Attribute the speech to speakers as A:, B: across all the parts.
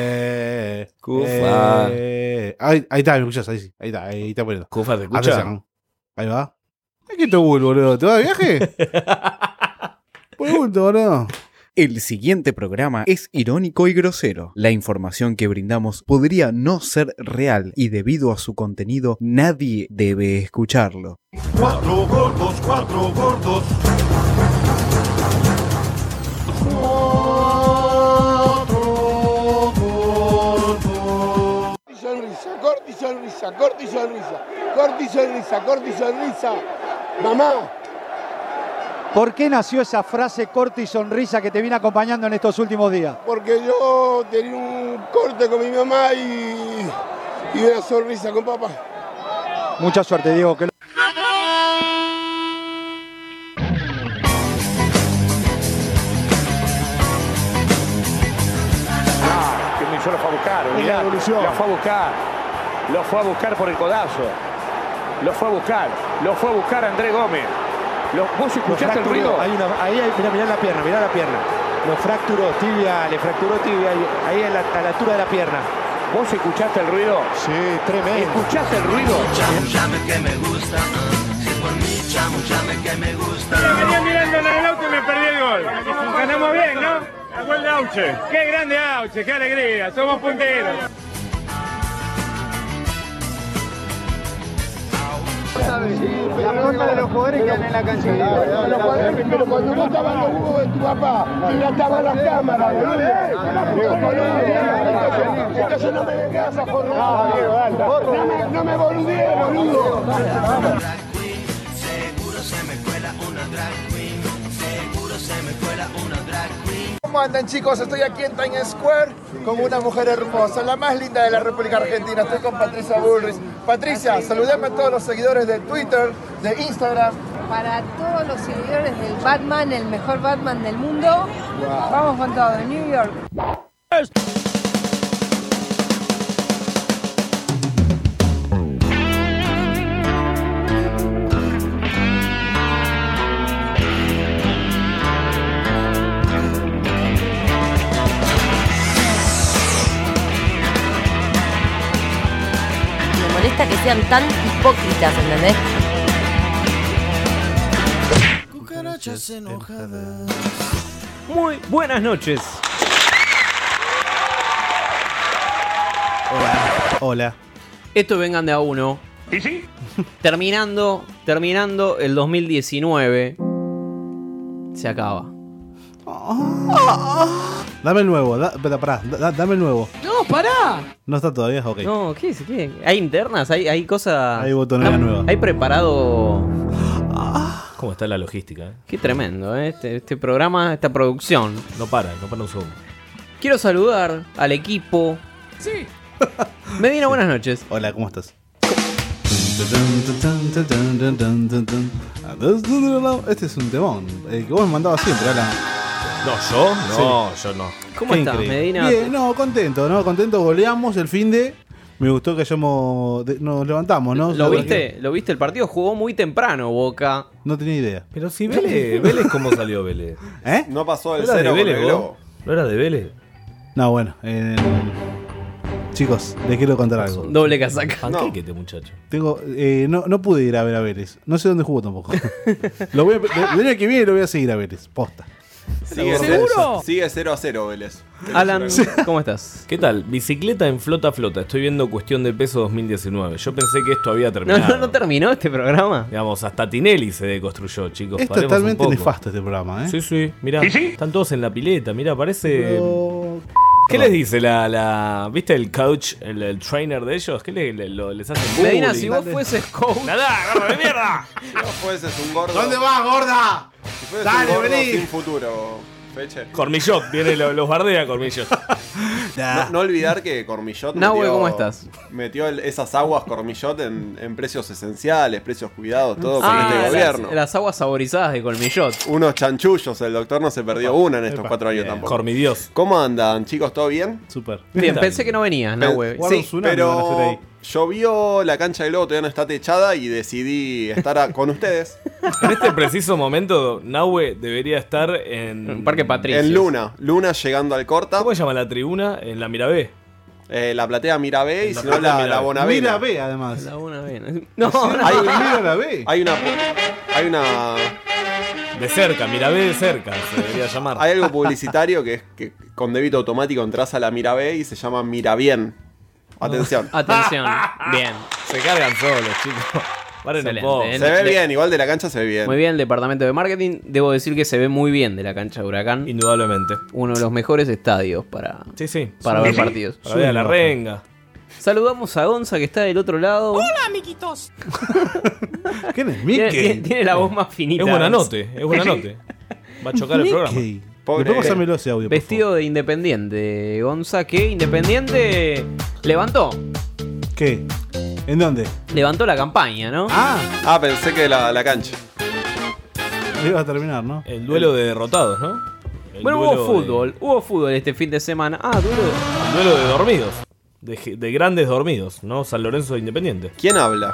A: Eh,
B: Cufa.
A: eh. ahí, ahí está, me escuchás, ahí sí. Ahí está, ahí está poniendo.
B: Cufa, ¿te escucha?
A: Atención. Ahí va. Ay, qué te vuelvo, boludo. ¿Te vas de viaje? Por bulto, boludo.
C: El siguiente programa es irónico y grosero. La información que brindamos podría no ser real y debido a su contenido nadie debe escucharlo.
D: Cuatro gordos, cuatro gordos.
E: Corti sonrisa, corti sonrisa, corti sonrisa, corti sonrisa, corti sonrisa. Mamá,
F: ¿Por qué nació esa frase corta y sonrisa que te viene acompañando en estos últimos días?
E: porque yo tenía un corte con mi mamá y, y una sonrisa con papá.
F: Mucha suerte, Diego. Que lo-
G: Ah, que Millón lo fue a buscar, mirá, lo fue a buscar, lo fue a buscar por el codazo, lo fue a buscar, lo fue a buscar André Gómez. Lo- ¿Vos escuchaste el ruido?
H: Hay una, ahí hay, mirá, mirá la pierna, mirá la pierna. Lo fracturó tibia, le fracturó tibia y- ahí a la, a la altura de la pierna.
G: ¿Vos escuchaste el ruido?
H: Sí, tremendo.
G: ¿Escuchaste el ruido?
I: venía mirando en el auto y me perdí el gol. Ganamos bien, ¿no? La de Auche. Qué grande Auche, qué alegría. Somos punteros.
F: La forma de los jugadores que en la cancha.
E: Pero cuando, pero cuando vos estabas los huevos de tu papá, y ya estaban las cámaras, boludo. Entonces- Entonces no me vengas a jornada. No me, no me boludees, boludo. ¿Cómo andan chicos? Estoy aquí en Times Square con una mujer hermosa, la más linda de la República Argentina. Estoy con Patricia Bullrich. Patricia, saludame a todos los seguidores de Twitter, de Instagram.
J: Para todos los seguidores del Batman, el mejor Batman del mundo, vamos con todo, New York.
K: Me molesta que sean tan hipócritas, ¿entendés?
B: Muy buenas noches.
A: Hola.
L: Esto vengan de a uno.
G: ¿Y sí?
L: Terminando, terminando el 2019. Se acaba.
A: Dame el nuevo, da- espera, pará, da- da- dame el nuevo.
L: No, pará.
A: No está todavía, ok.
L: No, ¿qué es? ¿Qué? ¿Hay internas? ¿Hay, hay cosas?
A: Hay botonera
L: Ah,
A: nueva.
L: ¿Hay preparado?
B: ¿Cómo está la logística? eh?
L: Oh, Qué tremendo, ¿eh? este, este programa, esta producción.
B: No para, no para un segundo.
L: Quiero saludar al equipo. Sí. Medina, buenas noches.
A: Hola, ¿cómo estás? Este es un temón, el que vos me mandabas siempre, Alan.
B: No, yo, no, yo no.
L: ¿Cómo
A: Qué
L: estás,
A: increíble.
L: Medina?
A: Bien, no, contento, ¿no? Contento, goleamos el fin de. Me gustó que hayamos. de- nos levantamos, ¿no?
L: ¿Lo viste? ¿Lo viste? El partido jugó muy temprano, Boca.
A: No tenía idea.
B: Pero si Vélez, Vélez, ¿cómo salió Vélez?
A: ¿Eh?
D: No pasó
B: ¿No
D: el
B: era de
D: cero con
B: Vélez,
D: el
B: vos?
D: globo.
B: ¿No era de Vélez?
A: No, bueno. eh, chicos, les quiero contar algo.
L: Doble casaca.
B: Panquequete, este muchacho.
A: Tengo, eh, no, no pude ir a ver a Vélez. No sé dónde jugó tampoco. lo voy a, de- del año que viene lo voy a seguir a Vélez. Posta.
D: Sigue ¿Seguro? Sigue 0 a 0, Vélez.
L: Alan, ¿cómo estás?
B: ¿Qué tal? Bicicleta en flota flota. Estoy viendo cuestión de peso 2019. Yo pensé que esto había
L: No,
B: terminado.
L: no, no terminó este programa.
B: Digamos, hasta Tinelli se deconstruyó, chicos.
A: es
B: Paremos un
A: totalmente
B: poco.
A: nefasto este programa, ¿eh?
B: Sí, sí, mirá. Están todos en la pileta, mirá, parece.
A: Pero-
B: ¿Qué les dice la, la. ¿Viste el coach, el, el trainer de ellos? ¿Qué le- le- lo- les hace bullying?
L: Medina, si vos fueses coach.
B: ¡Nada, agarra de mierda!
D: Si vos fueses un gordo.
A: ¿Dónde vas, gorda?
D: Si fueses
A: Dale,
D: un gordo
A: vení.
D: sin futuro, Feche.
B: Cormillot, viene, lo- los bardea Cormillot.
D: No, no olvidar que Cormillot
L: Nahue,
D: metió-
L: ¿cómo estás?
D: Metió el- esas aguas Cormillot en, en precios esenciales, precios cuidados, todo con
L: Ah,
D: este
L: las-
D: gobierno.
L: Las, aguas saborizadas de Colmillot.
D: Unos chanchullos, el doctor no se perdió una en estos
A: epa.
D: cuatro años tampoco.
B: Eh, Cormidios.
D: ¿Cómo andan, chicos? ¿Todo bien?
A: Super.
L: Bien,
B: tal?
L: pensé que no venías,
D: Pe-
L: Nahue.
A: Guarda un
D: Sí,
A: tsunami van a hacer
D: pero
A: ahí.
D: llovió, la cancha de globo todavía no está techada y decidí estar a- con ustedes
B: En este preciso momento, Nahue debería estar en.
D: Parque Patricio. En Luna. Luna llegando al Corta. ¿Cómo
B: se llama la tribuna? En la Mirabé.
D: la platea Mirabé y si no la, la Bonavena.
A: Mira B, además.
L: La una vena.
D: No, no.
A: Hay, mira la B.
D: Hay una. Hay una.
B: De cerca, Mirabé de cerca, se debería llamar.
D: Hay algo publicitario que es que con débito automático entras a la Mirabé y se llama Mirabien. Atención.
L: Ah, Atención. Bien.
B: Se cargan solos, chicos. Paren un
L: Excelente,
B: poco.
L: ¿eh?
D: Se ve bien, igual de la cancha se ve bien.
L: Muy bien, el departamento de marketing. Debo decir que se ve muy bien de la cancha de Huracán.
B: Indudablemente.
L: Uno de los mejores estadios para,
B: Sí, sí.
L: para
B: Sí.
L: ver partidos.
B: Para ver a la renga.
L: Saludamos a Gonza que está del otro lado.
M: Hola, amiguitos.
A: ¿Quién es
L: Tiene, tiene- tiene la voz más finita.
B: Es buena
L: Gonza.
B: note, es buena note. Va a chocar el
L: Mickey.
B: programa.
A: Después pásamelo ese audio. por
L: Vestido de Independiente, Gonza, que Independiente levantó.
A: favor. ¿Qué? ¿En dónde?
L: Levantó la campaña, ¿no?
A: Ah,
D: Ah, pensé que la, la cancha.
A: ahí vas a terminar, ¿no?
L: Eh.
B: El duelo de derrotados, ¿no? El
L: bueno,
B: duelo
L: hubo fútbol, hubo fútbol este fin de semana. Ah, duelo.
B: de- el duelo de dormidos. De, ge- de grandes dormidos, ¿no? San Lorenzo de Independiente.
D: ¿Quién habla?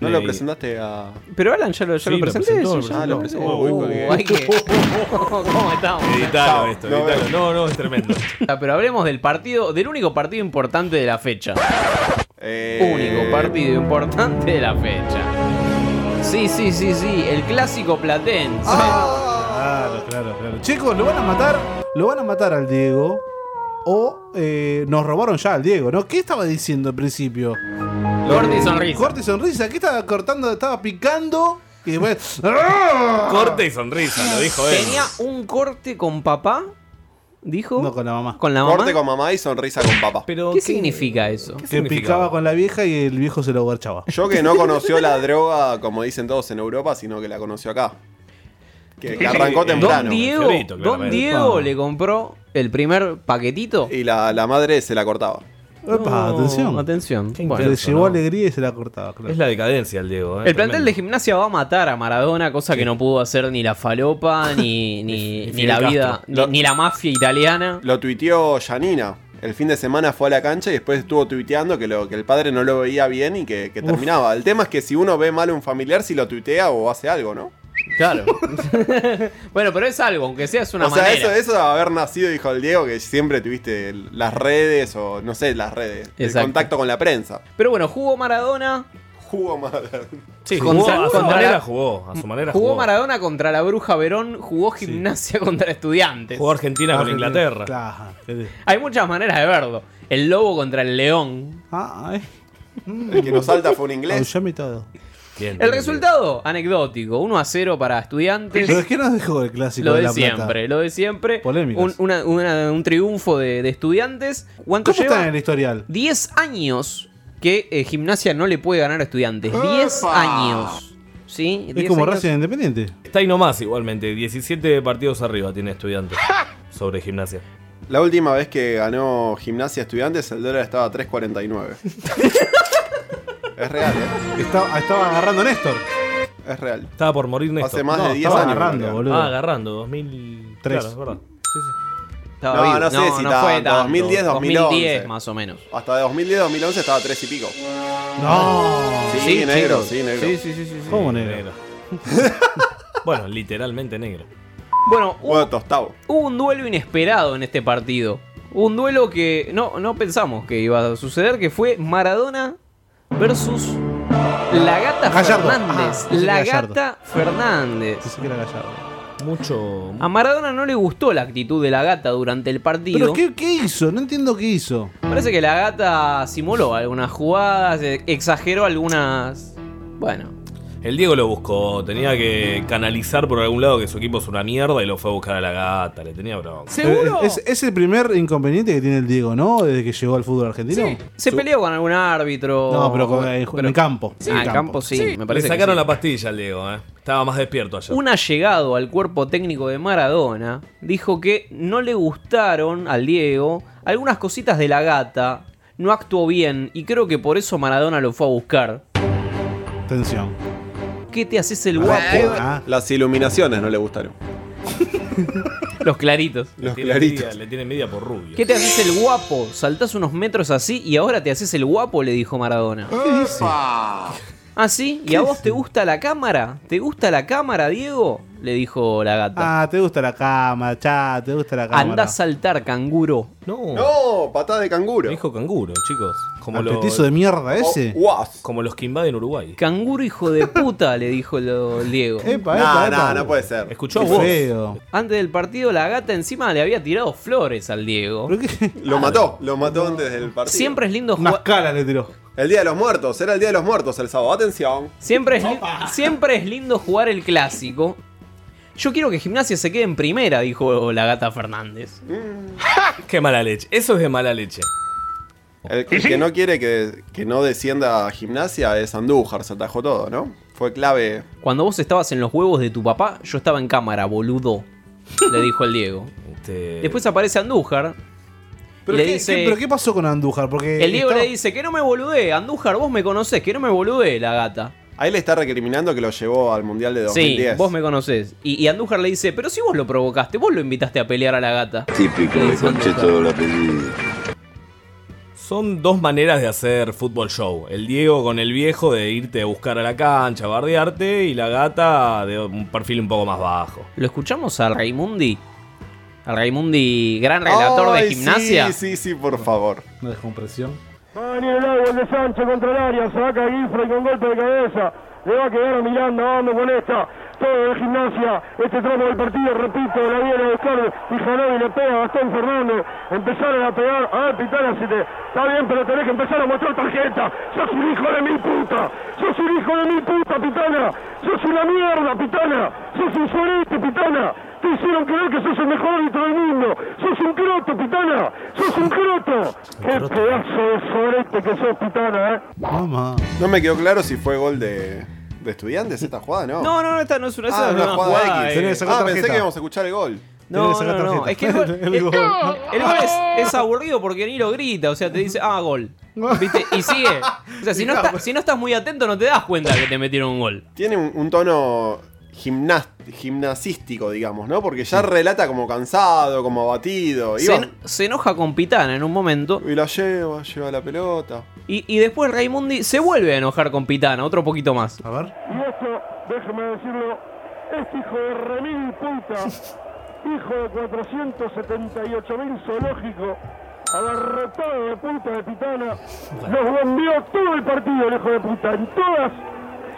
D: ¿No lo
B: Eh,
D: presentaste a.?
L: Pero Alan ya lo, ya
B: Sí,
L: lo
B: lo
L: presenté.
B: presentó,
L: sí,
B: lo
L: ya
D: Ah, lo presentó.
L: Oh,
D: Uy, qué-
L: hay que- ¿Cómo estamos?
B: Editalo esto,
D: No,
L: eh.
B: editalo. No, no, es tremendo.
L: Ah, Pero hablemos del partido, del único partido importante de la fecha.
D: Eh,
L: Único partido importante de la fecha. Sí, sí, sí, sí, el clásico platense.
A: Ah. Claro, claro, claro. Chicos, lo van a matar. Lo van a matar al Diego. O eh, nos robaron ya al Diego, ¿no? ¿Qué estaba diciendo al principio?
L: Corte y sonrisa.
A: Corte y sonrisa. ¿Qué estaba cortando? Estaba picando. Y después. ¡ah!
B: Corte y sonrisa, lo dijo él.
L: Tenía un corte con papá, dijo.
A: No, con la mamá.
L: Con la mamá.
D: Corte con mamá y sonrisa con papá.
B: Pero,
L: ¿Qué significa eso?
A: Que picaba con la vieja y el viejo se lo guarchaba.
D: Yo que no conoció la droga, como dicen todos en Europa, sino que la conoció acá. Que, que arrancó temprano.
L: Don Diego,
B: Fiorito,
L: Don
B: claramente.
L: Diego
B: Ah.
L: le compró el primer paquetito.
D: Y la, la madre se la cortaba.
A: Epa,
L: No,
A: atención.
L: Atención. Bueno,
A: Le llevó
B: ¿no?
A: alegría y se la cortaba, claro.
B: Es la decadencia el Diego, ¿eh?
L: el plantel de gimnasia va a matar a Maradona, cosa que no pudo hacer ni la falopa, ni, ni, ni
B: Fidel
L: la vida,
B: Castro.
L: ni, ni la mafia italiana.
D: Lo tuiteó Janina. El fin de semana fue a la cancha y después estuvo tuiteando que, lo, que el padre no lo veía bien y que, que
A: Uf.
D: terminaba. El tema es que si uno ve mal a un familiar, si lo tuitea o hace algo, ¿no?
L: Claro. bueno, pero es algo, aunque sea es una
D: o sea,
L: manera.
D: eso, eso de haber nacido, dijo el Diego, que siempre tuviste el- las redes o no sé, las redes. El
L: Exacto.
D: contacto con la prensa.
L: Pero bueno, jugó Maradona.
D: Jugó madre.
B: Sí,
L: Con-
B: jugó, a su
L: con-
B: manera jugó. A su manera
L: Jugó
B: jugó.
L: Maradona contra la Bruja Verón, jugó gimnasia contra estudiantes.
B: Jugó Argentina con Inglaterra.
A: Ah, Claro.
L: Hay muchas maneras de verlo. El lobo contra el león.
A: Ah, eh.
D: El que nos salta fue un inglés.
A: Aullame todo.
B: Bien,
L: El
B: bien,
L: resultado, anecdótico, 1 a 0 para estudiantes.
A: Pero es que nos dejó el clásico
L: Lo
A: de,
L: de
A: la plata.
L: siempre, lo de siempre.
A: Polémicas.
L: Un, una- una- un triunfo de, de estudiantes. ¿Cuánto
A: ¿Cómo está en
L: lleva?
A: el historial?
L: 10 años que eh, gimnasia no le puede ganar a estudiantes. 10 años. ¿Sí?
A: Es
L: 10
A: como
L: años.
A: Racing Independiente.
B: bien. Está ahí nomás igualmente. 17 partidos arriba tiene estudiantes sobre gimnasia.
D: La última vez que ganó Gimnasia Estudiantes, el dólar estaba a 3.49. es real, ¿eh?
A: Está- estaba agarrando a Néstor.
D: Es real.
B: Estaba por morir Néstor.
D: Hace más
A: No,
D: de 10
A: estaba
D: años.
A: agarrando,
D: boludo.
A: boludo.
B: Ah, agarrando. 2003.
A: Tres.
B: Claro, es verdad. Sí, sí.
L: Estaba
D: No,
L: vivo.
D: no sé si
L: no
D: tanto,
L: fue tanto.
D: 2010, 2011.
L: más o menos.
D: Hasta 2010, 2011 estaba 3 y pico.
A: No.
D: Sí,
L: Sí,
D: negro,
L: chicos.
D: sí, negro.
L: Sí, sí, sí, sí, sí.
A: ¿Cómo negro?
B: bueno, literalmente negro.
L: Bueno, hubo,
D: Bueno, tostado.
L: hubo un duelo inesperado en este partido. Hubo Un duelo que no, no pensamos que iba a suceder, que fue Maradona versus la gata
A: Gallardo.
L: Fernández.
A: Ah, pensé que
L: la
A: era Gallardo.
L: gata Fernández.
A: Pensé que era Gallardo.
B: Mucho.
L: A Maradona no le gustó la actitud de la gata durante el partido.
A: ¿Pero qué, qué hizo? No entiendo qué hizo.
L: Parece que la gata simuló algunas jugadas, eh, exageró algunas. Bueno,
B: El Diego lo buscó. Tenía que canalizar por algún lado que su equipo es una mierda y lo fue a buscar a la gata. Le tenía bronca.
L: ¿Seguro?
A: Eh, Es, es el primer inconveniente que tiene el Diego, ¿no? Desde que llegó al fútbol argentino.
L: se peleó con algún árbitro.
A: No, pero, con- eh, en
L: Oh, Pero-
A: el campo.
L: Ah, en campo sí, me
B: Le
L: parece. que
B: sacaron
L: sí.
B: la pastilla al Diego, ¿eh? Estaba más despierto ayer.
L: Un allegado al cuerpo técnico de Maradona dijo que no le gustaron al Diego algunas cositas de la gata, no actuó bien y creo que por eso Maradona lo fue a buscar.
A: Atención.
L: ¿Qué te haces el guapo? eh.
A: Ah,
D: Las iluminaciones no le gustaron.
L: Los claritos.
B: Le
D: Los
B: tiene
D: claritos.
B: envidia- le tiene media por rubio.
L: ¿Qué te haces el guapo? Saltás unos metros así y ahora te haces el guapo, le dijo Maradona. Ah, sí, ¿y a vos te gusta la cámara? ¿Te gusta la cámara, Diego? Le dijo la gata.
A: Ah, te gusta la cama, cha, te gusta la cámara.
L: Andá a saltar, canguro. No.
D: No, patada de canguro. Oh,
B: Dijo canguro, chicos. Como
A: ¿Al petizo de mierda ese? O-
B: Como los que invaden Uruguay.
L: Canguro hijo de puta, le dijo lo- el Diego.
A: Epa, epa, epa.
D: ser.
B: Escuchó
A: Qué
B: vos.
A: feo.
L: Antes del partido, la gata encima le había tirado flores al Diego.
D: Lo mató, lo mató antes del partido.
L: Siempre es lindo
A: Una
L: jugar.
A: escala le tiró.
D: El Día de los Muertos, era el Día de los Muertos el sábado. Atención.
L: Siempre es, li- siempre es lindo jugar el clásico. Yo quiero que Gimnasia se quede en primera, dijo la gata Fernández.
B: Qué mala leche. Eso es de mala leche.
D: El que, que no quiere que, que no descienda a gimnasia es Andújar, se atajó todo, ¿no? Fue clave.
L: Cuando vos estabas en los huevos de tu papá, yo estaba en cámara, boludo. Le dijo el Diego.
B: Este,
L: Después aparece Andújar.
A: ¿Pero,
L: le
A: qué,
L: dice,
A: qué- pero qué pasó con Andújar? Porque
L: el Diego
A: estaba-
L: le dice, que no me boludé, Andújar, vos me conocés, que no me boludé la gata.
D: Ahí le está recriminando que lo llevó al Mundial de
L: Sí,
D: 2010.
L: vos me conocés. Y, y Andújar le dice, pero si vos lo provocaste, vos lo invitaste a pelear a la gata.
M: Típico
L: de Conchetto
M: el apellido.
B: Son dos maneras de hacer fútbol show. El Diego con el viejo de irte a buscar a la cancha, bardearte, y la gata de un perfil un poco más bajo.
L: ¿Lo escuchamos a Raimundi? A Raimundi, gran relator de
D: Ay,
L: gimnasia.
D: Sí, sí, sí, por favor.
A: No dejó presión.
E: Va a venir el árbol de Sánchez contra el área, saca Guifra y con golpe de cabeza. Le va a quedar a Miranda, vamos con esta. Todo de gimnasia, este tramo del partido, repito, la viene a buscar Tijanovi, le pega a Gastón Fernández. Empezaron a pegar, a ver, Pitana, si te... Está bien, pero tenés que empezar a mostrar tarjeta. Sos un hijo de mil puta. Sos un hijo de mil puta, Pitana. Sos una mierda, Pitana. Sos un sorete, Pitana. Te hicieron creer que sos el mejor árbitro del mundo. Sos un croto, Pitana. Sos un croto. Qué pedazo de sorete que sos, Pitana, eh.
D: No me quedó claro si fue gol de, de estudiantes esta jugada, ¿no?
L: No, no, no, esta no es una, esa
D: Ah,
L: es
D: una jugada X.
L: eh.
D: Tenés que sacar Ah, pensé tarjeta. que íbamos a escuchar el gol.
L: No,
D: Tenés que sacar
L: no, no,
D: tarjeta.
L: es que el gol,
D: El
L: el-
D: gol.
L: el gol es, es aburrido porque ni lo grita, o sea, te dice, ah, gol. ¿Viste? Y sigue. O sea, si no, está- si no estás muy atento, no te das cuenta que te metieron un gol.
D: Tiene un, un tono gimnas- gimnasístico, digamos, ¿no? Porque ya relata como cansado, como abatido.
L: Se,
D: Iba-
L: en- se enoja con Pitana en un momento.
D: Y la lleva, lleva la pelota.
L: Y, y después Raimundi se vuelve a enojar con Pitana, otro poquito más.
A: A ver.
E: Y esto, déjeme decirlo, este hijo de remil puta, hijo de 478 mil zoológico, abarrotado de punta de pitana, nos bombeó todo el partido el hijo de puta. En todas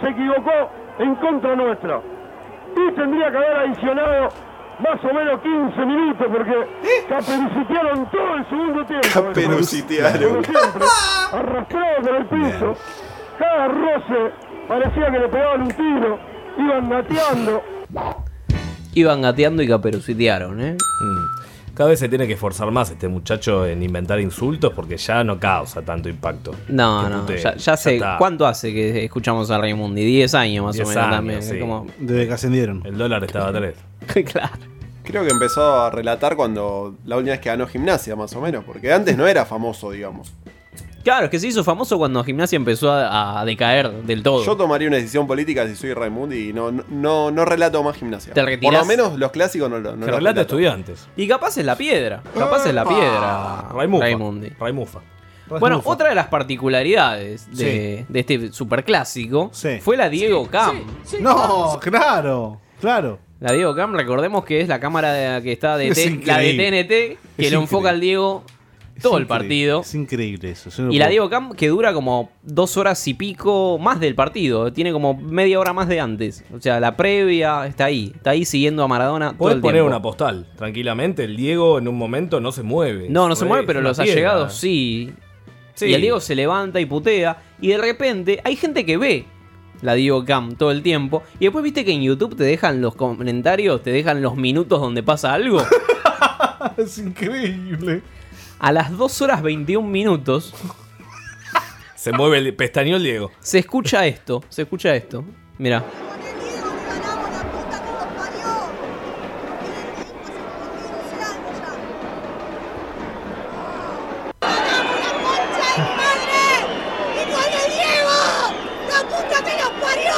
E: se equivocó en contra nuestra. Y tendría que haber adicionado más o menos 15 minutos porque caperucitearon todo el segundo tiempo.
D: Caperucitearon.
E: Como siempre, arrastrados por el piso. Cada roce parecía que le pegaban un tiro. Iban gateando.
L: Iban gateando y caperucitearon, ¿eh?
B: Mm. Cada vez se tiene que esforzar más este muchacho en inventar insultos porque ya no causa tanto impacto.
L: No,
B: Que
L: no,
B: putee.
L: ya, ya sé.
B: está.
L: ¿Cuánto hace que escuchamos a Raimundi? 10 años más
B: 10
L: o menos
B: años,
L: también.
B: sí.
L: como-
A: Desde que ascendieron.
B: El dólar estaba a 3.
D: Creo que empezó a relatar cuando la última vez que ganó gimnasia, más o menos, porque antes no era famoso, digamos.
L: Claro, es que se hizo famoso cuando Gimnasia empezó a, a decaer del todo.
D: Yo tomaría una decisión política si soy Raimundi y no, no, no relato más gimnasia.
L: Te
D: Por
L: retirás.
D: lo menos los clásicos no, lo- no
B: Que
D: los
B: relata
D: relato.
B: estudiantes.
L: Y capaz es la piedra. Capaz es la
B: Epa.
L: piedra.
B: Raimufa.
L: Raimundi.
B: Raimufa.
L: Bueno, otra de las particularidades de,
A: Sí.
L: de este superclásico fue la Diego Cam.
A: No, claro, claro.
L: La Diego Cam, recordemos que es la cámara de- que está de,
A: Es
L: T- la de
A: increíble.
L: TNT, que
A: Es
L: lo enfoca al Diego todo el partido.
A: Es increíble eso. yo no
L: Y la
A: puedo-
L: Diego Cam que dura como dos horas y pico más del partido. Tiene como media hora más de antes. O sea, la previa está ahí. Está ahí siguiendo a Maradona todo
B: Podés
L: el
B: poner
L: tiempo.
B: una postal, tranquilamente. El Diego en un momento no se mueve.
L: No, no se
B: Re-
L: mueve, pero
B: es una
L: los
B: piedra.
L: allegados sí.
B: Sí.
L: Y el Diego se levanta y putea. Y de repente hay gente que ve la Diego Cam todo el tiempo. Y después viste que en YouTube te dejan los comentarios, te dejan los minutos donde pasa algo.
A: es increíble.
L: A las 2 horas 21 minutos
B: Se mueve el pestañeo el Diego.
L: se escucha esto. Se escucha esto. Mira.
N: ¡Igual de Diego! ¡La puta que los parió!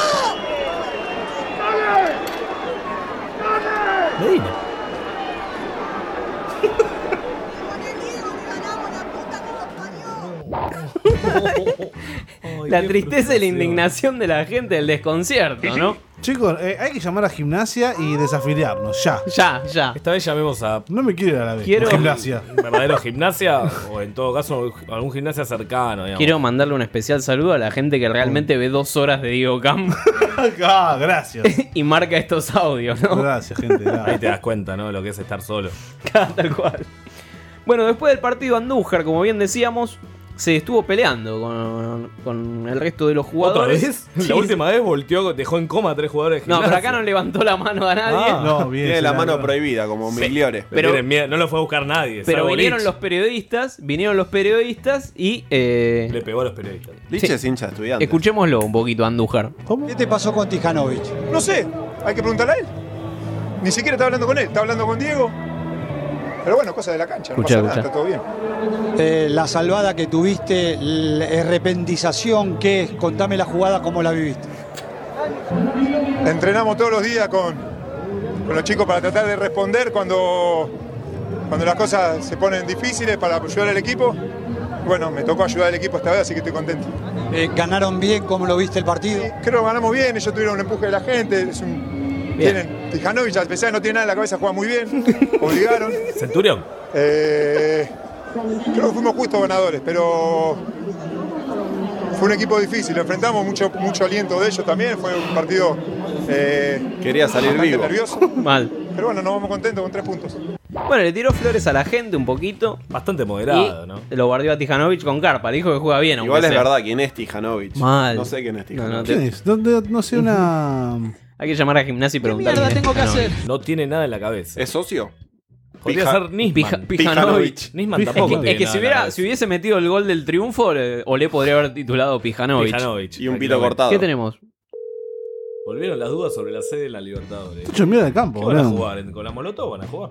L: la tristeza y la indignación de la gente del desconcierto, ¿no?
A: Chicos, eh, hay que llamar a gimnasia y desafiliarnos, ya.
L: Ya, ya.
B: Esta vez llamemos a.
A: No me quiero ir a la vez.
B: Quiero-
A: Gimnasia.
B: Verdadero gimnasia, o en todo caso, algún gimnasia cercano, digamos.
L: Quiero mandarle un especial saludo a la gente que realmente ve dos horas de Diego Cam.
A: ah, gracias.
L: y marca estos audios, ¿no?
A: Gracias, gente.
B: Ahí te das cuenta, ¿no? Lo que es estar solo.
L: Tal cual. Bueno, después del partido Andújar, como bien decíamos, se estuvo peleando con, con el resto de los jugadores.
B: La
L: Sí,
B: última vez volteó, dejó en coma a tres jugadores de
L: No, pero
B: gimnasia.
L: acá no levantó la mano a nadie.
B: Ah. No, bien,
D: Tiene la
B: será,
D: mano
B: verdad.
D: prohibida, como
B: Sí.
D: Migliore.
B: Le tienen miedo, no lo fue a buscar nadie.
L: Pero
B: salvo
L: vinieron
B: Lich.
L: los periodistas, vinieron los periodistas y... eh,
B: Le pegó a los periodistas.
D: Lich es hincha de estudiante.
L: Escuchémoslo un poquito, Andújar.
O: ¿Qué te pasó con Tijanovic?
M: No sé, hay que preguntarle a él. Ni siquiera está hablando con él, está hablando con Diego. Pero bueno, cosa de la cancha, no
O: Escuchá,
M: pasa
O: escuchá.
M: nada, está todo bien.
O: Eh, la salvada que tuviste, la repentización, ¿qué es? Contame la jugada, cómo la viviste.
M: Entrenamos todos los días con, con los chicos para tratar de responder cuando, cuando las cosas se ponen difíciles para ayudar al equipo. Bueno, me tocó ayudar al equipo esta vez, así que estoy contento.
O: Eh, ¿Ganaron bien? ¿Cómo lo viste el partido?
M: Creo que ganamos bien, ellos tuvieron un empuje de la gente. Es un, tienen, Tijanovic, a pesar de no tiene nada en la cabeza, juega muy bien. Obligaron.
B: Centurión.
M: Eh, creo que fuimos justos ganadores, pero fue un equipo difícil. Lo enfrentamos mucho, mucho aliento de ellos también. Fue un partido. eh,
D: Quería salir
M: bastante
D: vivo.
M: nervioso.
L: Mal.
M: Pero bueno, nos vamos contentos con tres puntos.
L: Bueno, le tiró flores a la gente un poquito.
B: Bastante moderado,
L: y
B: ¿no?
L: Lo guardió a Tijanovic con carpa. Dijo que juega bien. aunque
D: Igual es
L: sea.
D: verdad quién es Tijanovic.
L: Mal.
D: No sé quién es Tijanovic.
L: No, no, te-
A: ¿Quién es? No, no- no sé una.
L: Hay que llamar a gimnasia y preguntarle.
B: mierda
L: quién es
B: tengo que
L: Tijanovic.
B: No tiene nada en la cabeza.
D: ¿Es socio?
B: Podría
L: Pija-
B: ser Nisman.
L: Pija- Pijanovic.
B: Nisman
L: Es
B: tampoco.
L: que, es que si, hubiera, si hubiese metido el gol del triunfo, le- Olé podría haber titulado Pijanovic.
B: Pijanovic,
D: Y un pito cortado.
L: ¿Qué tenemos?
B: Volvieron las dudas sobre la sede de la Libertadores.
A: Mucho miedo de campo,
B: ¿Qué van a
A: boludo.
B: jugar? ¿En- ¿Con la Molotov van a jugar?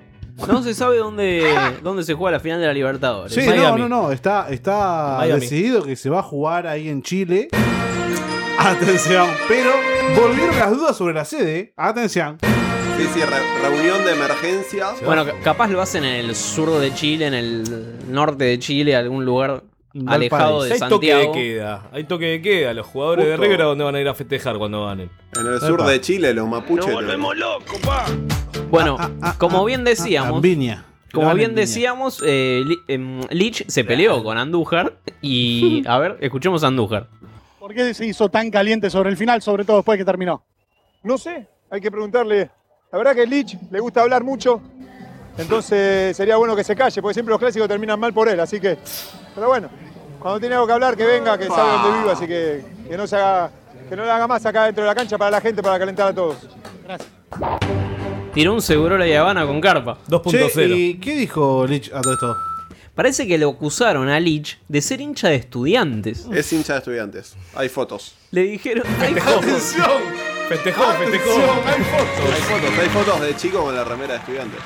L: No se sabe dónde, dónde se juega la final de la Libertadores.
A: Sí, no,
L: Miami.
A: no, no. Está, está
L: Miami.
A: decidido que se va a jugar ahí en Chile. Atención. Pero volvieron las dudas sobre la sede. Atención.
D: Sí, sí, re- reunión de emergencia.
L: Bueno, ca- capaz lo hacen en el sur de Chile, en el norte de Chile, algún lugar alejado de
B: Hay toque de
L: Santiago.
B: queda. Hay toque de queda. Los jugadores
D: Justo.
B: de River a dónde van a ir a festejar cuando ganen.
D: En el sur de Chile, los mapuches.
B: Nos
D: volvemos locos,
L: Bueno, como bien decíamos,
A: Viña.
L: como
A: Gran
L: bien
A: Viña.
L: decíamos, eh, Li- em, Lich se peleó con Andújar y a ver, escuchemos a Andújar.
C: ¿Por qué se hizo tan caliente sobre el final, sobre todo después que terminó?
M: No sé, hay que preguntarle. La verdad que Lich le gusta hablar mucho. Entonces sería bueno que se calle, porque siempre los clásicos terminan mal por él. Así que. Pero bueno, cuando tiene algo que hablar, que venga, que sabe
D: Ah.
M: dónde vive. Así que, que no se haga. Que no le haga más acá dentro de la cancha para la gente, para calentar a todos.
L: Tiró un seguro la Habana con carpa.
A: Che, ¿Y qué dijo Lich a todo esto?
L: Parece que lo acusaron a Lich de ser hincha de estudiantes.
D: Es hincha de estudiantes. Hay fotos.
L: Le dijeron. "Ay,
D: ¡Atención!
B: Festejó,
D: festejó. Hay fotos. Hay fotos, hay fotos de chico con la remera de estudiantes.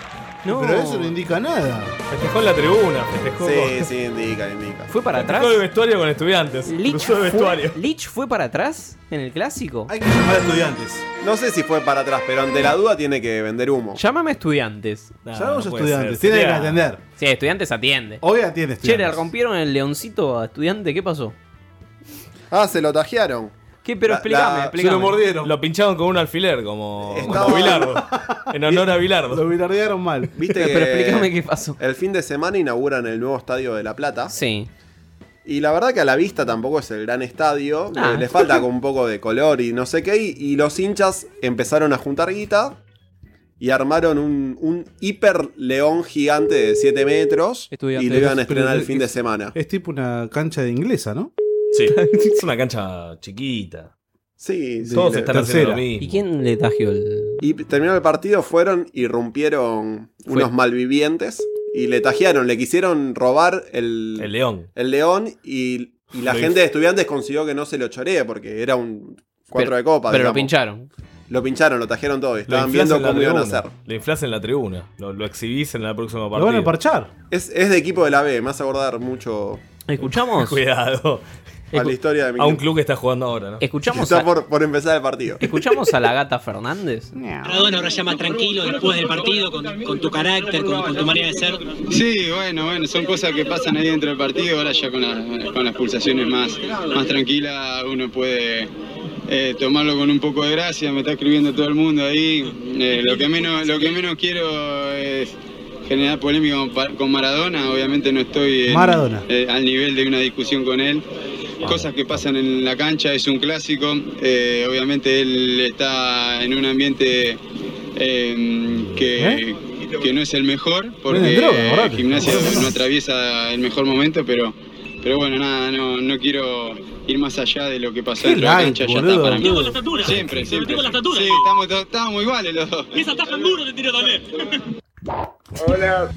L: No.
A: Pero eso no indica nada.
B: Festejó en la tribuna. Festejó
D: Sí,
B: con-
D: sí, indica, indica.
L: ¿Fue para atrás?
B: Festejó el vestuario con estudiantes.
L: Lich
B: Cruzó el vestuario.
L: fue, Lich fue para atrás en el clásico.
A: Hay que llamar a estudiantes.
D: No sé si fue para atrás, pero ante la duda tiene que vender humo.
L: Llámame estudiantes.
A: Llamamos a estudiantes. Tiene que atender.
L: Sí, estudiantes atiende.
A: Hoy atiende
L: Che, le
A: estudiantes.
L: rompieron el leoncito a estudiante, ¿qué pasó?
D: Ah, se lo tajearon.
L: ¿Qué? Pero
D: La-
L: explícame,
D: la-
L: explícame.
D: se lo mordieron.
B: Lo pincharon con un alfiler, como,
D: Estaba-
B: como Bilardo. En honor a Bilardo.
A: Lo bilardearon mal.
D: Viste que
L: Pero explícame qué pasó.
D: El fin de semana inauguran el nuevo estadio de La Plata.
L: Sí.
D: Y la verdad que a la vista tampoco es el gran estadio.
L: Ah.
D: eh, Le falta como un poco de color y no sé qué. Y, y los hinchas empezaron a juntar guita y armaron un, un hiper león gigante de 7 metros.
B: Estudiantes.
D: Y lo iban a
A: Pero-
D: estrenar el fin de semana.
A: Es tipo una cancha de inglesa, ¿no?
B: Sí. es una cancha chiquita.
D: Sí, sí.
B: Todos
D: le-
B: están haciendo lo mismo.
L: ¿Y quién le tajió el.?
D: Y terminó el partido, fueron y rompieron
L: Fue.
D: unos malvivientes y le tajearon, le quisieron robar el,
B: El león.
D: el león y, y la
B: Lo
D: gente
B: hizo.
D: de estudiantes consiguió que no se lo choree porque era un cuatro
L: Pero-
D: de copa.
L: Pero lo
D: digamos.
L: pincharon.
D: Lo pincharon, lo tajearon todo y estaban
B: inflás
D: viendo
B: en la
D: cómo iban a
B: tribuna.
D: hacer.
B: Lo inflas en la tribuna. Lo, lo exhibís en la próxima partida.
A: Lo van a parchar.
D: Es, es de equipo de la B, me hace acordar mucho.
L: ¿Escuchamos?
B: Cuidado.
D: a la historia de mi
B: A un club que está jugando ahora, ¿no?
L: Escuchamos
D: Está
L: a-
D: por, por empezar el partido.
L: ¿Escuchamos a la gata Fernández?
P: Maradona ahora llama tranquilo después del partido, con, con tu carácter, con, con tu manera de ser.
Q: Sí, bueno, bueno, son cosas que pasan ahí dentro del partido. Ahora ya con, la- con las pulsaciones más, más tranquilas uno puede eh, tomarlo con un poco de gracia. Me está escribiendo todo el mundo ahí. Eh, lo, que menos, lo que menos quiero es generar polémica con, Pa- con Maradona. Obviamente no estoy en-
A: Maradona.
Q: eh, al nivel de una discusión con él. Cosas que pasan en la cancha, es un clásico. Eh, obviamente él está en un ambiente eh, que, que no es el mejor, porque
A: Venden droga,
Q: eh,
A: barato.
Q: gimnasia no atraviesa el mejor momento, pero, pero bueno, nada, no, no quiero ir más allá de lo que pasó
A: Qué
Q: en la
A: light,
Q: cancha, ya
A: boludo.
Q: está para mí.
A: Tengo la
Q: Siempre, siempre.
P: tengo la estatura.
Q: Sí, estamos, to- estamos iguales los dos.
P: Esa taja en duro te tiró también.
L: Hola.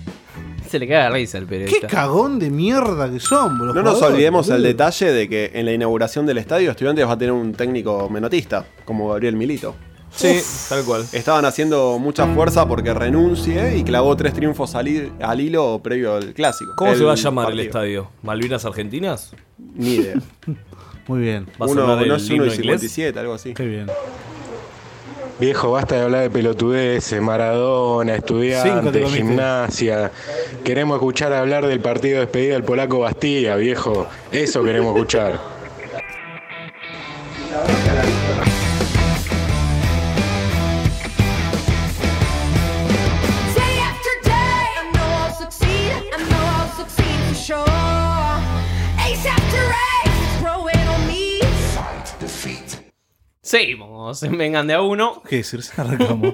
L: Se le cae la risa al periodista.
D: ¿Qué
A: Cagón de mierda que son, boludo.
D: No nos
A: jugadores,
D: olvidemos el
A: boludo.
D: detalle de que en la inauguración del estadio Estudiantes va a tener un técnico menotista, como Gabriel Milito.
B: Sí, tal cual.
D: Estaban haciendo mucha fuerza porque renuncie y clavó tres triunfos al, hi- al hilo previo al clásico.
B: ¿Cómo se
D: El
B: va a llamar el
D: partido.
B: estadio? ¿Malvinas Argentinas?
D: Ni idea.
A: Muy bien.
B: ¿Va a
D: Uno-
B: sonar
D: no
B: el
D: es uno
B: himno
D: y
B: inglés?
D: 57, algo así. Qué
A: bien.
G: Viejo, basta de hablar de pelotudeces, Maradona,
A: Cinco te
G: estudiante,
A: comiste.
G: gimnasia. Queremos escuchar hablar del partido de despedida del polaco Bastilla, viejo. Eso queremos escuchar.
N: Day after day, I know I'll succeed. I know I'll succeed for sure. Ace after ace, it's growing on me.
L: Seguimos, en vengan de a uno.
A: ¿Qué decir? Arrancamos.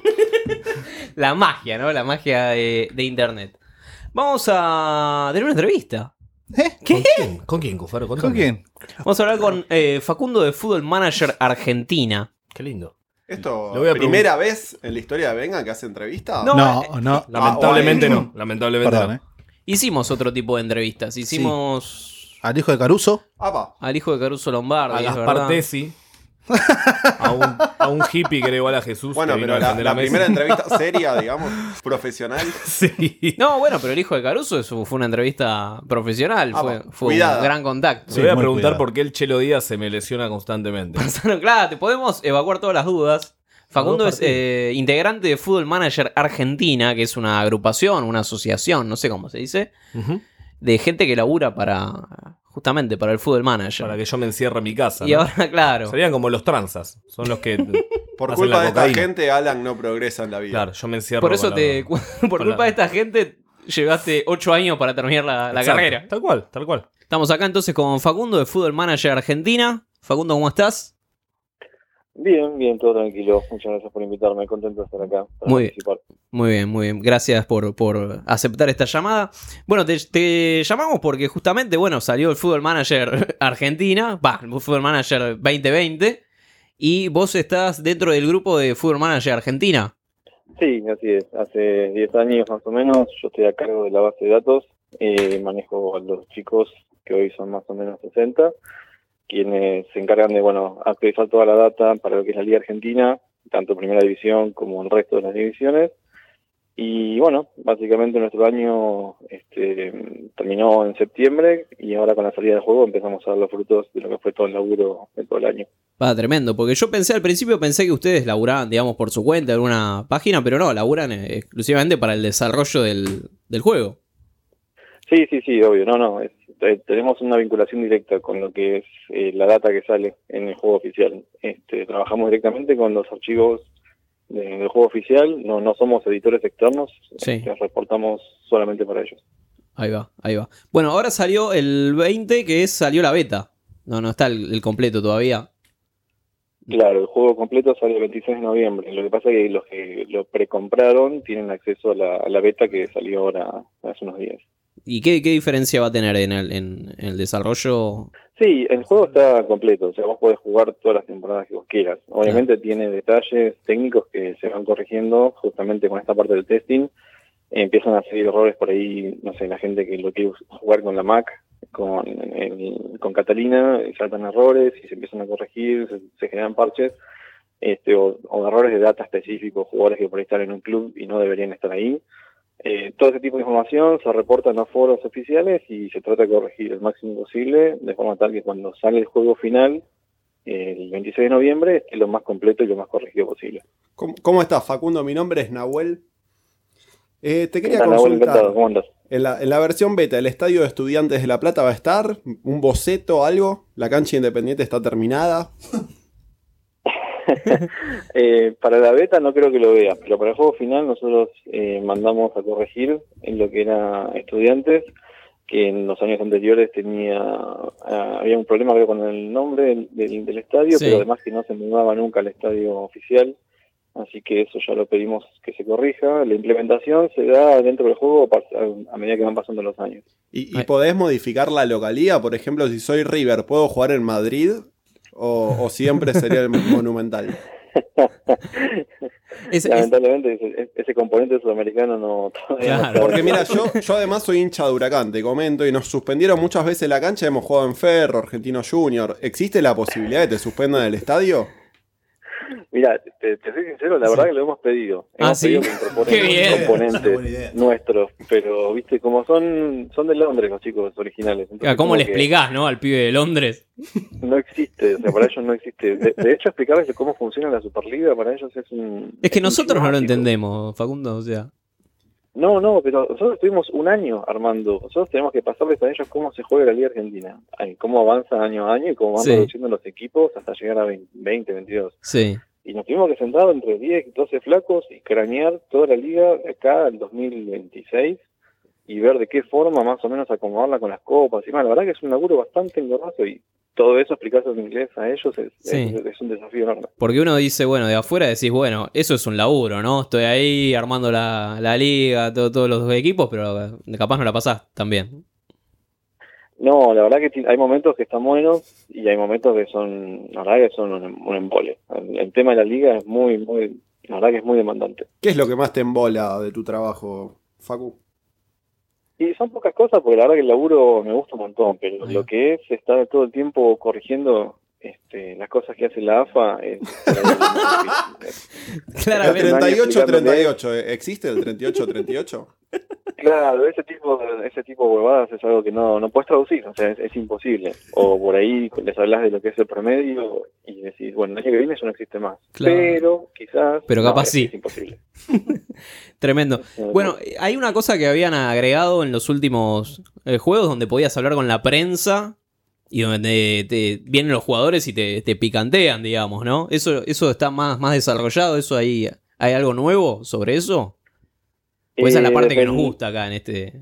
L: La magia, ¿no? La magia de, de internet. Vamos a tener una entrevista.
A: ¿Eh?
L: ¿Qué? ¿Con quién?
B: ¿Con quién, Cufaro?
L: ¿Con quién? Vamos a hablar con eh, Facundo de Fútbol Manager Argentina. Qué lindo.
D: Esto,
L: Lo voy a
D: primera vez en la historia de Venga que hace entrevista.
L: No, eh, No,
A: no.
B: Lamentablemente no.
L: eh,
B: Lamentablemente
A: Perdón,
D: eh.
A: eh.
B: no.
L: Hicimos otro tipo de entrevistas. Hicimos
A: Al hijo de Caruso.
L: al hijo de Caruso Lombardi.
B: A
L: es
B: Gaspar
L: verdad.
B: Tesi. A un, a un hippie que era igual a Jesús.
D: Bueno,
B: que vino
D: pero
B: a
D: la,
B: defender
D: la
B: a Messi.
D: primera entrevista seria, digamos, profesional.
L: No, bueno, pero el hijo de Caruso es- fue una entrevista profesional.
D: Ah,
L: Fue,
D: va.
L: fue un
D: Cuidada.
L: gran contacto.
B: Te voy a preguntar por qué el Chelo Díaz se me lesiona constantemente.
L: Pasaron, claro, te podemos evacuar todas las dudas. Facundo
B: Dos
L: es eh, integrante de Fútbol Manager Argentina, que es una agrupación, una asociación, no sé cómo se dice, de gente que labura para justamente para el Fútbol Manager. Para
B: que yo me encierre en mi casa.
L: Y
B: ¿no?
L: ahora, claro.
B: Serían como los tranzas. Son los que.
D: Por
B: hacen
D: culpa
B: la
D: de esta
B: cocaína.
D: gente, Alan no progresa en la vida.
B: Claro, yo me encierro.
L: Por eso
B: con la-
L: te por
B: con
L: culpa
B: la-
L: de esta gente llevaste 8 años para terminar la, la
B: Exacto.
L: carrera.
B: Tal cual, tal cual.
L: Estamos acá entonces con Facundo de Fútbol Manager Argentina. Facundo, ¿cómo estás?
R: Bien, bien, todo tranquilo. Muchas gracias por invitarme. Contento de estar acá. para
L: Muy bien.
R: participar.
L: Muy bien, muy bien. Gracias por, por aceptar esta llamada. Bueno, te, te llamamos porque justamente, bueno, salió el Fútbol Manager Argentina, va, el Fútbol Manager 2020, y vos estás dentro del grupo de Fútbol Manager Argentina.
R: Sí, así es. Hace 10 años más o menos yo estoy a cargo de la base de datos. Eh, manejo a los chicos que hoy son más o menos 60, quienes se encargan de bueno actualizar toda la data para lo que es la Liga Argentina, tanto Primera División como el resto de las divisiones. Y bueno, básicamente nuestro año este, terminó en septiembre y ahora con la salida del juego empezamos a ver los frutos de lo que fue todo el laburo de todo el año.
L: Va, tremendo, porque yo pensé al principio, pensé que ustedes laburaban, digamos, por su cuenta, en alguna página, pero no, laburan eh, exclusivamente para el desarrollo del, del juego.
R: Sí, sí, sí, obvio. No, no. es- te- tenemos una vinculación directa con lo que es eh, la data que sale en el juego oficial. Este, trabajamos directamente con los archivos de- del juego oficial. No, no somos editores externos.
L: Sí.
R: Nos reportamos solamente para ellos.
L: Ahí va, ahí va. Bueno, ahora salió el 20, que es, salió la beta. No, no está el- el completo todavía.
R: Claro, el juego completo sale el 26 de noviembre. Lo que pasa es que los que lo precompraron tienen acceso a la, a la beta que salió ahora hace unos días.
L: ¿Y qué, qué diferencia va a tener en el, en, en el desarrollo?
R: Sí, el juego está completo, o sea, vos podés jugar todas las temporadas que vos quieras. Obviamente tiene detalles técnicos que se van corrigiendo justamente con esta parte del testing. Empiezan a salir errores por ahí, no sé, la gente que lo quiere us- jugar con la Mac, con, el- con Catalina, saltan errores y se empiezan a corregir, se, se generan parches, este, o, o errores de data específicos, jugadores que por ahí están en un club y no deberían estar ahí. Eh, todo ese tipo de información se reportan a foros oficiales y se trata de corregir el máximo posible, de forma tal que cuando sale el juego final, eh, el 26 de noviembre, esté lo más completo y lo más corregido posible.
D: ¿Cómo, cómo estás, Facundo? Mi nombre es Nahuel. Eh, te quería
R: Hola, Nahuel,
D: consultar.
R: encantado, ¿cómo andas?
D: En la, en la versión beta, ¿el estadio de estudiantes de La Plata va a estar? ¿Un boceto, algo? ¿La cancha independiente está terminada?
R: Eh, para la beta no creo que lo vea, pero para el juego final nosotros eh, mandamos a corregir en lo que era estudiantes, que en los años anteriores tenía ah, había un problema creo con el nombre del, del- del estadio,
L: Sí.
R: pero además que no se mudaba nunca al estadio oficial, así que eso ya lo pedimos que se corrija. La implementación se da dentro del juego pas- a a medida que van pasando los años.
D: ¿Y, y podés modificar la localía? Por ejemplo, si soy River, ¿puedo jugar en Madrid? ¿O, o siempre sería el Monumental?
R: Lamentablemente ese, ese componente sudamericano no... todavía no está.
D: Porque mira, yo, yo además soy hincha de Huracán, te comento, y nos suspendieron muchas veces la cancha, hemos jugado en Ferro, Argentino Junior. ¿Existe la posibilidad de que te suspendan el estadio?
R: Mira, te, te soy sincero, la verdad que lo hemos pedido.
D: Ah,
R: Hemos
D: ¿sí?
R: pedido que incorporen
D: Qué bien. Ah, Es una buena idea.
R: componentes nuestros, pero viste, como son son de Londres los chicos originales. entonces
L: Ah, ¿Cómo
R: como
L: le
R: que
L: explicás, no? Al pibe de Londres.
R: No existe, o sea, para ellos no existe. De, de hecho, explicarles cómo funciona la Superliga para ellos es un...
L: Es que nosotros no lo entendemos, Facundo. O sea,
R: No, no, pero nosotros estuvimos un año armando. Nosotros tenemos que pasarles a ellos cómo se juega la Liga Argentina, ay, cómo avanza año a año y cómo van
L: Sí.
R: reduciendo los equipos hasta llegar a 20, 20 22.
L: sí.
R: y nos tuvimos que sentar entre 10 y 12 flacos y cranear toda la liga de acá en 2026 y ver de qué forma más o menos acomodarla con las copas y más. La verdad que es un laburo bastante engorroso y todo eso explicarse en inglés a ellos es,
L: Sí.
R: es- es un desafío enorme.
L: Porque uno dice, bueno, de afuera decís, bueno, eso es un laburo, ¿no? Estoy ahí armando la, la liga, todo- todos los equipos, pero capaz no la pasás también.
R: No, la verdad que ti- hay momentos que están buenos y hay momentos que son, la verdad que son un, em- un embole. El, el tema de la liga es muy, muy, la verdad que es muy demandante.
D: ¿Qué es lo que más te embola de tu trabajo, Facu?
R: Y son pocas cosas porque la verdad que el laburo me gusta un montón, pero lo que es estar todo el tiempo corrigiendo este, las cosas que hace la AFA es...
D: El 38-38, ¿eh? ¿existe el 38-38?
R: Claro, ese tipo, de- ese tipo de huevadas es algo que no, no puedes traducir, o sea, es, es imposible. O por ahí les hablas de lo que es el promedio y decís, bueno, el año que viene eso no existe más.
L: Claro.
R: Pero quizás...
L: Pero
R: no, eh,
L: capaz
R: es-
L: sí.
R: Es imposible.
L: Tremendo.
R: Este,
L: Bueno, eh, hay una cosa que habían agregado en los últimos eh, juegos donde podías hablar con la prensa y donde te, te- vienen los jugadores y te, te picantean, digamos, ¿no? Eso, eso está más, más desarrollado, eso ahí, ¿hay algo nuevo sobre eso? Pues esa es la
R: Eh,
L: parte que nos
R: depende-
L: gusta acá en este.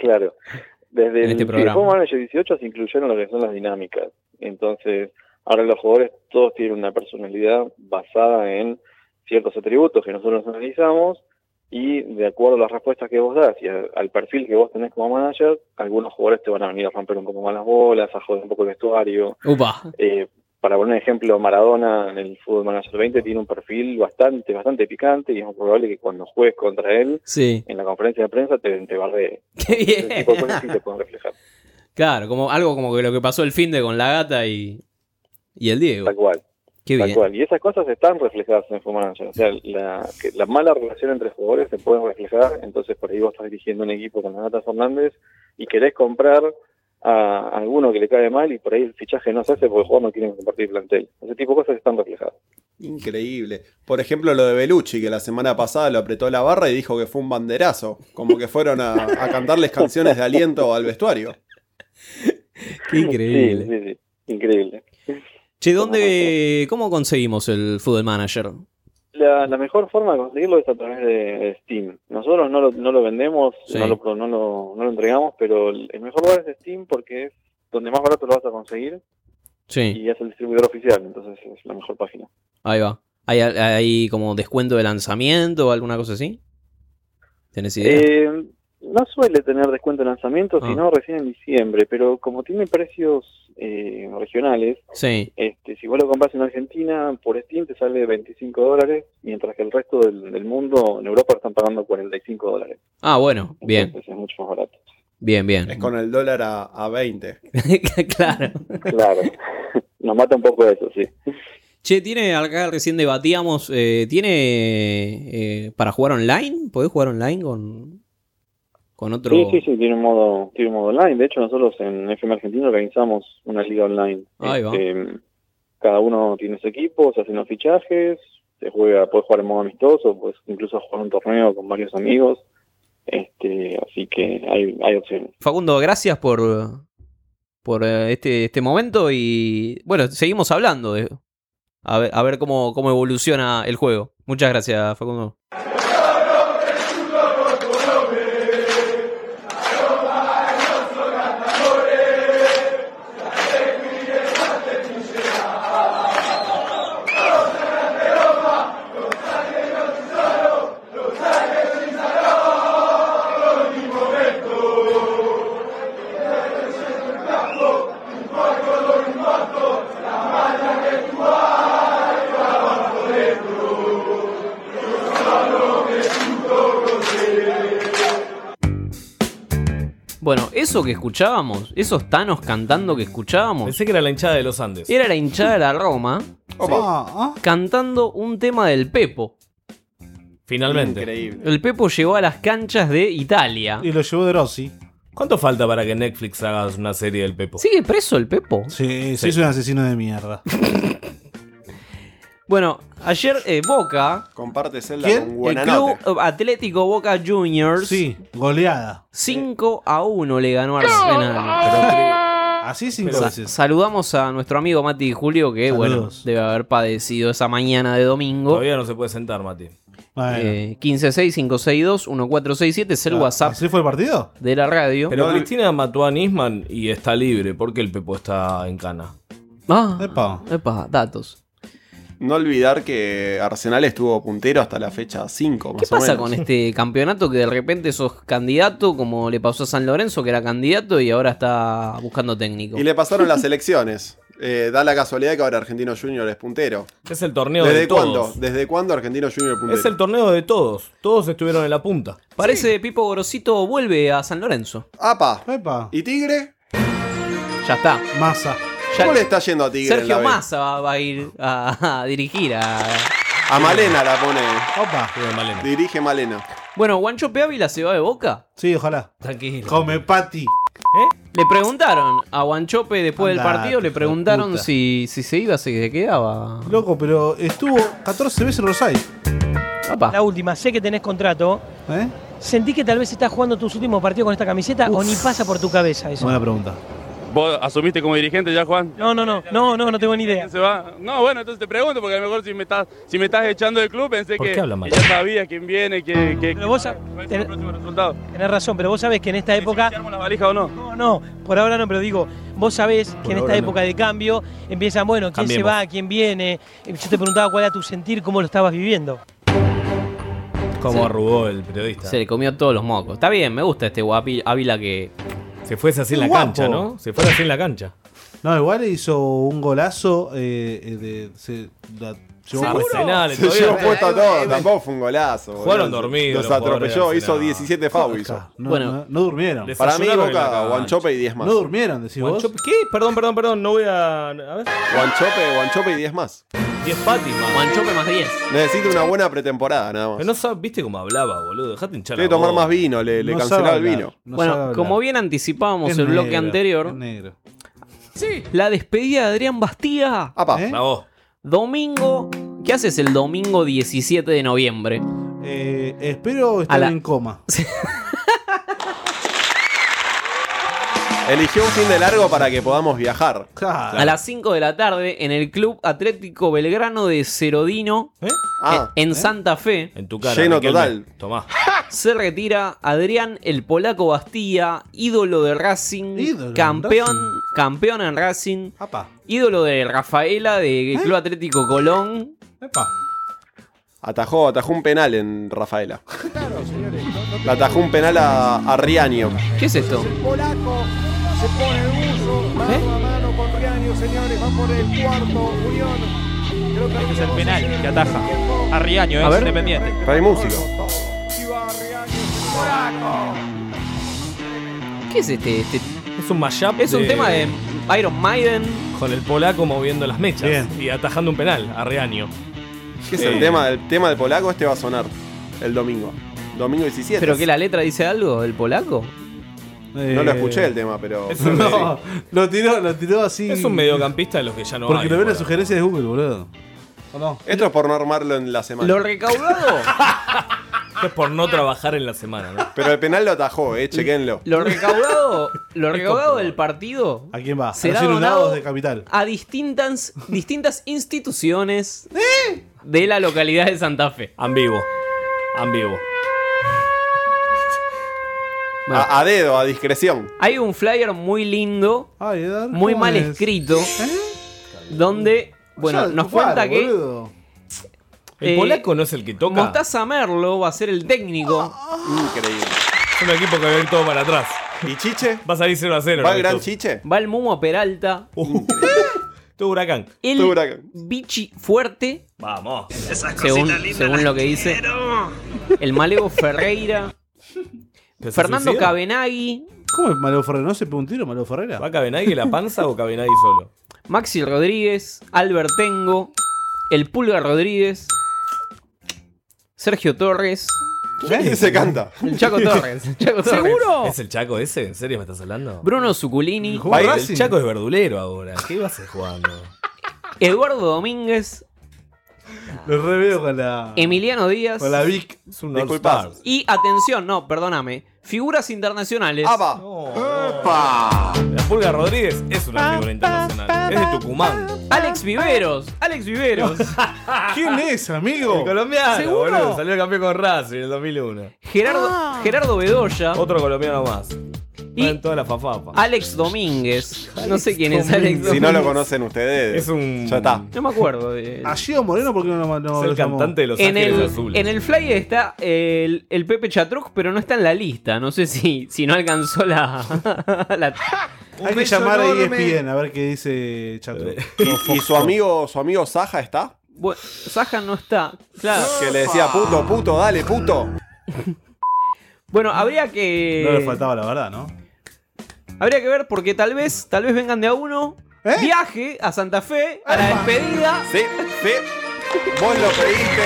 R: claro. Desde
L: En este
R: el
L: programa.
R: Football Manager 18 se incluyeron lo que son las dinámicas. Entonces, ahora los jugadores todos tienen una personalidad basada en ciertos atributos que nosotros analizamos y de acuerdo a las respuestas que vos das y a- al perfil que vos tenés como manager, algunos jugadores te van a venir a romper un poco más las bolas, a joder un poco el vestuario.
L: Upa.
R: Eh, para poner un ejemplo, Maradona en el Fútbol Manager 20 tiene un perfil bastante, bastante picante y es muy probable que cuando juegues contra él,
L: Sí.
R: en la conferencia de prensa te, te bardee.
L: ¡Qué bien!
R: Ese tipo de cosas sí se pueden reflejar.
L: Claro, como algo como que lo que pasó el fin de con la gata y, y el Diego. Tal
R: cual.
L: Qué
R: Tal
L: bien.
R: cual. Y esas cosas están reflejadas en Football Manager. O sea, la, que la mala relación entre jugadores se puede reflejar. Entonces, por ahí vos estás dirigiendo un equipo con Nata Fernández y querés comprar a alguno que le cae mal y por ahí el fichaje no se hace porque el jugador no quiere compartir plantel. Ese tipo de cosas están reflejadas.
D: Increíble. Por ejemplo, lo de Belucci, que la semana pasada lo apretó la barra y dijo que fue un banderazo. Como que fueron a, a cantarles canciones de aliento al vestuario.
L: Qué increíble.
R: Sí, sí, sí. Increíble.
L: Che, ¿dónde, ¿cómo conseguimos el Football Manager?
R: La, la mejor forma de conseguirlo es a través de, de Steam. Nosotros no lo, no lo vendemos,
L: Sí.
R: no, lo, pro- no, lo, no lo entregamos, pero el el mejor lugar es Steam porque es donde más barato lo vas a conseguir
L: Sí,
R: y es el distribuidor oficial, entonces es la mejor página.
L: ahí va. ¿Hay, hay como descuento de lanzamiento o alguna cosa así? ¿Tenés idea?
R: Eh, no suele tener descuento de lanzamiento,
L: Ah.
R: sino recién en diciembre, pero como tiene precios eh, regionales,
L: sí.
R: este, si vos lo compras en Argentina, por Steam te sale 25 dólares, mientras que el resto del, del mundo, en Europa, están pagando 45 dólares.
L: Ah, bueno, bien,
R: Entonces este es mucho más barato.
L: bien, bien.
D: Es con el dólar a, a 20.
L: claro.
R: Claro, nos mata un poco eso, sí.
L: Che, tiene, acá recién debatíamos, eh, ¿tiene eh, para jugar online? ¿Podés jugar online con, con otro?
R: Sí, sí, sí, tiene un modo, tiene un modo online. De hecho, nosotros en FM Argentina organizamos una liga online.
L: Ahí va.
R: Este, cada uno tiene su equipo, se hacen los fichajes, se juega, puedes jugar en modo amistoso, puedes incluso jugar un torneo con varios amigos. Este, así que hay, hay opciones.
L: Facundo, gracias por, por eh, este, este momento y bueno, seguimos hablando. de- a ver, a ver cómo, cómo evoluciona el juego. Muchas gracias, Facundo. Bueno, eso que escuchábamos, esos tanos cantando que escuchábamos. Pensé
B: que era la hinchada de los Andes.
L: Era la hinchada de la Roma
A: Opa. Ah,
L: cantando un tema del Pepo.
B: Finalmente.
L: El Pepo llegó a las canchas de Italia.
A: Y lo llevó de Rossi.
B: ¿Cuánto falta para que Netflix haga una serie del Pepo?
L: ¿Sigue preso el Pepo?
A: Sí, sí, es un asesino de mierda.
L: Bueno, ayer eh, Boca.
D: Comparte celda
L: El
D: con
L: Club oh.
D: Buenanote.
L: Atlético Boca Juniors.
A: Sí, goleada.
L: 5 a 1 le ganó a Arsenal.
A: Así cinco
L: Sa-
A: veces.
L: Saludamos a nuestro amigo Mati y Julio, que bueno,
B: Saludos.
L: debe haber padecido esa mañana de domingo.
B: Todavía no se puede sentar, Mati.
L: Eh, 156562-1467 es el WhatsApp.
A: Ah, ¿Así fue el partido?
L: De la radio.
B: Pero Cristina mató a Nisman y está libre. ¿Por qué el Pepo está en cana?
L: Ah, epa, datos.
D: No olvidar que Arsenal estuvo puntero hasta la fecha 5.
L: ¿Qué pasa con este campeonato que de repente sos candidato, como le pasó a San Lorenzo, que era candidato y ahora está buscando técnico?
D: Y le pasaron las elecciones. Eh, da la casualidad que ahora Argentino Junior es puntero.
B: Es el torneo
D: ¿Desde
B: de
D: cuándo?
B: todos.
D: ¿Desde cuándo Argentino Junior es puntero?
B: Es el torneo de todos. Todos estuvieron en la punta.
L: Parece Pipo Gorosito vuelve a San Lorenzo.
D: ¡Apa!
A: Epa.
D: ¿Y Tigre?
L: Ya está.
A: Massa.
L: Ya-
D: ¿Cómo le está yendo a Tigre? en
L: Sergio
D: la B?
L: Massa va, va a ir a, a dirigir a.
D: A Malena la pone.
A: Opa.
D: Dirige Malena.
L: Bueno, Guancho Peávila se va de boca.
A: Sí, ojalá.
L: Tranquilo.
A: Come Pati.
L: Le preguntaron a Guanchope después del
A: Andate,
L: partido, le
A: hijo de
L: preguntaron
A: puta.
L: si, si se iba, si se quedaba.
A: Loco, pero estuvo 14 veces en Rosario.
S: La última, sé que tenés contrato.
A: ¿Eh?
S: ¿Sentís que tal vez estás jugando tus últimos partidos con esta camiseta o ni pasa por tu cabeza eso?
A: Buena pregunta.
T: ¿Vos asumiste como dirigente ya, Juan?
S: No, no, no, no, no, no tengo ni idea.
T: ¿Se va? No, bueno, entonces te pregunto, porque a lo mejor si me estás, si me estás echando del club, pensé
S: ¿Por
T: que,
S: qué habla mal?
T: que ya sabías quién viene, que, que,
S: Pero vos sab- tenés, tenés razón, pero vos sabés que en esta época. la valija o no? No, no, por ahora no, pero digo, vos sabés que en esta
T: ahora no.
S: época de cambio empiezan, bueno, quién
T: Cambiemos.
S: se va, quién viene. Eh, Yo te preguntaba cuál era tu sentir, cómo lo estabas viviendo.
B: Como
L: Sí.
B: arrugó el periodista.
L: Se le comió todos los mocos. Está bien, me gusta este guapi Ávila que.
B: Se fuese así en la
A: Guapo.
B: cancha, ¿no? Se fuera así en la cancha.
A: No, igual hizo un golazo. eh, eh, de, se, la llevó
B: ¿Seguro?
A: puesta.
B: Arsenal,
D: Se llevó puesto a todos, tampoco fue un golazo. boludo.
B: Jugaron dormidos
D: Los
B: los jugadores
D: atropelló,
B: de
D: hizo
B: Arsenal.
D: 17 fouls. hizo.
A: No, no, no durmieron.
D: Para mí,
B: Desayunaron en la
D: Boca,
B: cancha.
D: Guanchope y 10 más.
A: No durmieron, decís vos.
B: Guanchope- ¿Qué? Perdón, perdón, perdón. No voy a. A ver.
D: Guanchope, Guanchope y 10 más.
B: 10 patis más.
L: Guanchope más 10.
D: Necesito una buena pretemporada, nada más.
B: Pero no sabes, viste cómo hablaba, boludo. Dejate hinchar.
D: Debe
B: la
D: tomar
B: boca.
D: más vino, le, le
B: No
D: cancelaba
B: sabe
D: el
B: hablar,
D: vino.
B: no
L: bueno,
B: sabe hablar.
L: como bien anticipábamos
B: Es
L: en el bloque
B: negro,
L: anterior.
B: es
A: negro.
L: Sí. La despedida de Adrián Bastía.
B: ¿Eh? Bravo.
L: Domingo. ¿Qué haces el domingo 17 de noviembre?
A: Eh, espero
L: A
A: estar
L: la-
A: en coma.
D: Eligió un fin de largo para que podamos viajar.
L: A las 5 de la tarde en el Club Atlético Belgrano de Cerodino,
A: ¿Eh?
D: Ah,
L: en Santa Fe.
B: En tu cara.
D: Lleno
B: Riquelme.
D: total.
B: Tomá.
L: Se retira Adrián el Polaco Bastía, ídolo de Racing,
A: en
L: campeón, campeón en Racing,
A: Apa.
L: ídolo de Rafaela
B: ¿Eh?
L: de Club Atlético Colón.
D: Atajó, atajó un penal en Rafaela. Le atajó un penal a, a Riaño.
L: ¿Qué es esto?
F: Polaco se pone el buzo,
U: ¿Eh?
F: mano a mano con Riaño, señores, va por el cuarto, Unión. Creo que
U: Este Es el penal que ataja. A Riaño,
D: A
U: es
D: ver.
U: independiente.
D: Hay músico.
F: Polaco.
L: ¿Qué es este, este
B: Es un mashup.
L: Es un tema de Iron Maiden.
B: Con el polaco moviendo las mechas. Y atajando un penal a Reaño.
D: ¿Qué es el
B: Eh.
D: tema? El tema del polaco este va a sonar el domingo. Domingo 17.
L: ¿Pero que la letra dice algo del polaco?
D: No lo escuché el tema, pero.
A: Es un- Eh, No, lo tiró, lo tiró así.
D: Es un
B: mediocampista de los que ya no
A: Porque
D: hay,
A: lo ven
D: boludo.
A: las sugerencias de Google, boludo.
D: Esto es por no armarlo en la semana.
L: Lo recaudado.
B: Esto es por no trabajar en la semana, ¿no?
D: Pero el penal lo atajó, eh, chequenlo.
L: Lo recaudado, lo recaudado del partido
A: ¿A quién va?
L: será
A: a los
L: donado
A: inundados de Capital.
L: a distintas, distintas instituciones
A: ¿Eh?
L: de la localidad de Santa Fe.
B: Ambiguo. Ambiguo.
D: A, a dedo, a discreción.
L: Hay un flyer muy lindo, muy mal
D: es?
L: escrito,
A: ¿Eh?
L: donde, bueno,
A: Ya,
L: nos
A: claro,
L: cuenta que
A: boludo.
B: El
L: Eh,
B: polaco no es el que toca.
L: Mostaza Merlo va a ser el técnico.
D: Increíble.
B: Es un equipo que va a ir todo para atrás.
D: ¿Y Chiche?
B: Va a salir 0 a 0.
L: ¿Va el gran
D: Chiche?
L: Va el Mumo Peralta.
A: Uh,
B: Todo huracán.
L: El
B: Todo
L: bichi fuerte.
B: Vamos.
L: Según, según lo que dice. El malevo Ferreira. Fernando Cabenagui.
A: ¿Cómo es Maleo Ferrera? ¿No se pegó un tiro Maleo Ferrera?
B: ¿Va Cabenagui la panza o Cabenagui solo?
L: Maxi Rodríguez. Albert Tengo. El Pulga Rodríguez. Sergio Torres.
D: ¿Quién se canta?
L: El Chaco Torres. el Chaco Torres.
B: ¿Es el Chaco ese? ¿En serio me estás hablando?
L: Bruno Zuculini.
B: Va a ir- el Chaco es verdulero ahora. ¿Qué iba a hacer jugando?
L: Eduardo Domínguez.
A: Lo reveo con la.
L: Emiliano Díaz.
A: Con la Vic.
L: Disculpa. Y atención, no, perdóname. Figuras internacionales.
D: ¡Apa!
B: La Pulga Rodríguez es una figura internacional. Es de Tucumán.
L: Alex Viveros. Alex Viveros.
A: ¿Quién es, amigo?
B: El colombiano,
L: ¿Seguro?
B: boludo, salió el campeón con Racing en el 2001.
L: Gerardo, Gerardo Bedoya.
B: Otro colombiano más.
L: Y
B: En toda la fafafa.
L: Alex Domínguez. No sé quién es Alex Domínguez.
D: Si no lo conocen ustedes.
B: Es un-
D: Ya está.
L: No me acuerdo. de-
A: ¿A Gio Moreno por qué no lo no
B: Es el
A: lo llamó?
B: cantante de los
L: En el,
B: Azules.
L: en el flyer está el, el Pepe Chatruc, pero no está en la lista. No sé si, si no alcanzó la. la-
A: Hay que llamar a E ESPN a ver qué dice Chato.
D: ¿Y su amigo, su amigo Saja está?
L: Bueno, Saja no está. Claro.
D: Que le decía, puto, puto, dale, puto.
L: Bueno, habría que.
A: No le faltaba la verdad, ¿no?
L: Habría que ver porque tal vez, tal vez vengan de a uno.
A: ¿Eh?
L: Viaje a Santa Fe, a la despedida
D: Sí, sí. Vos lo pediste.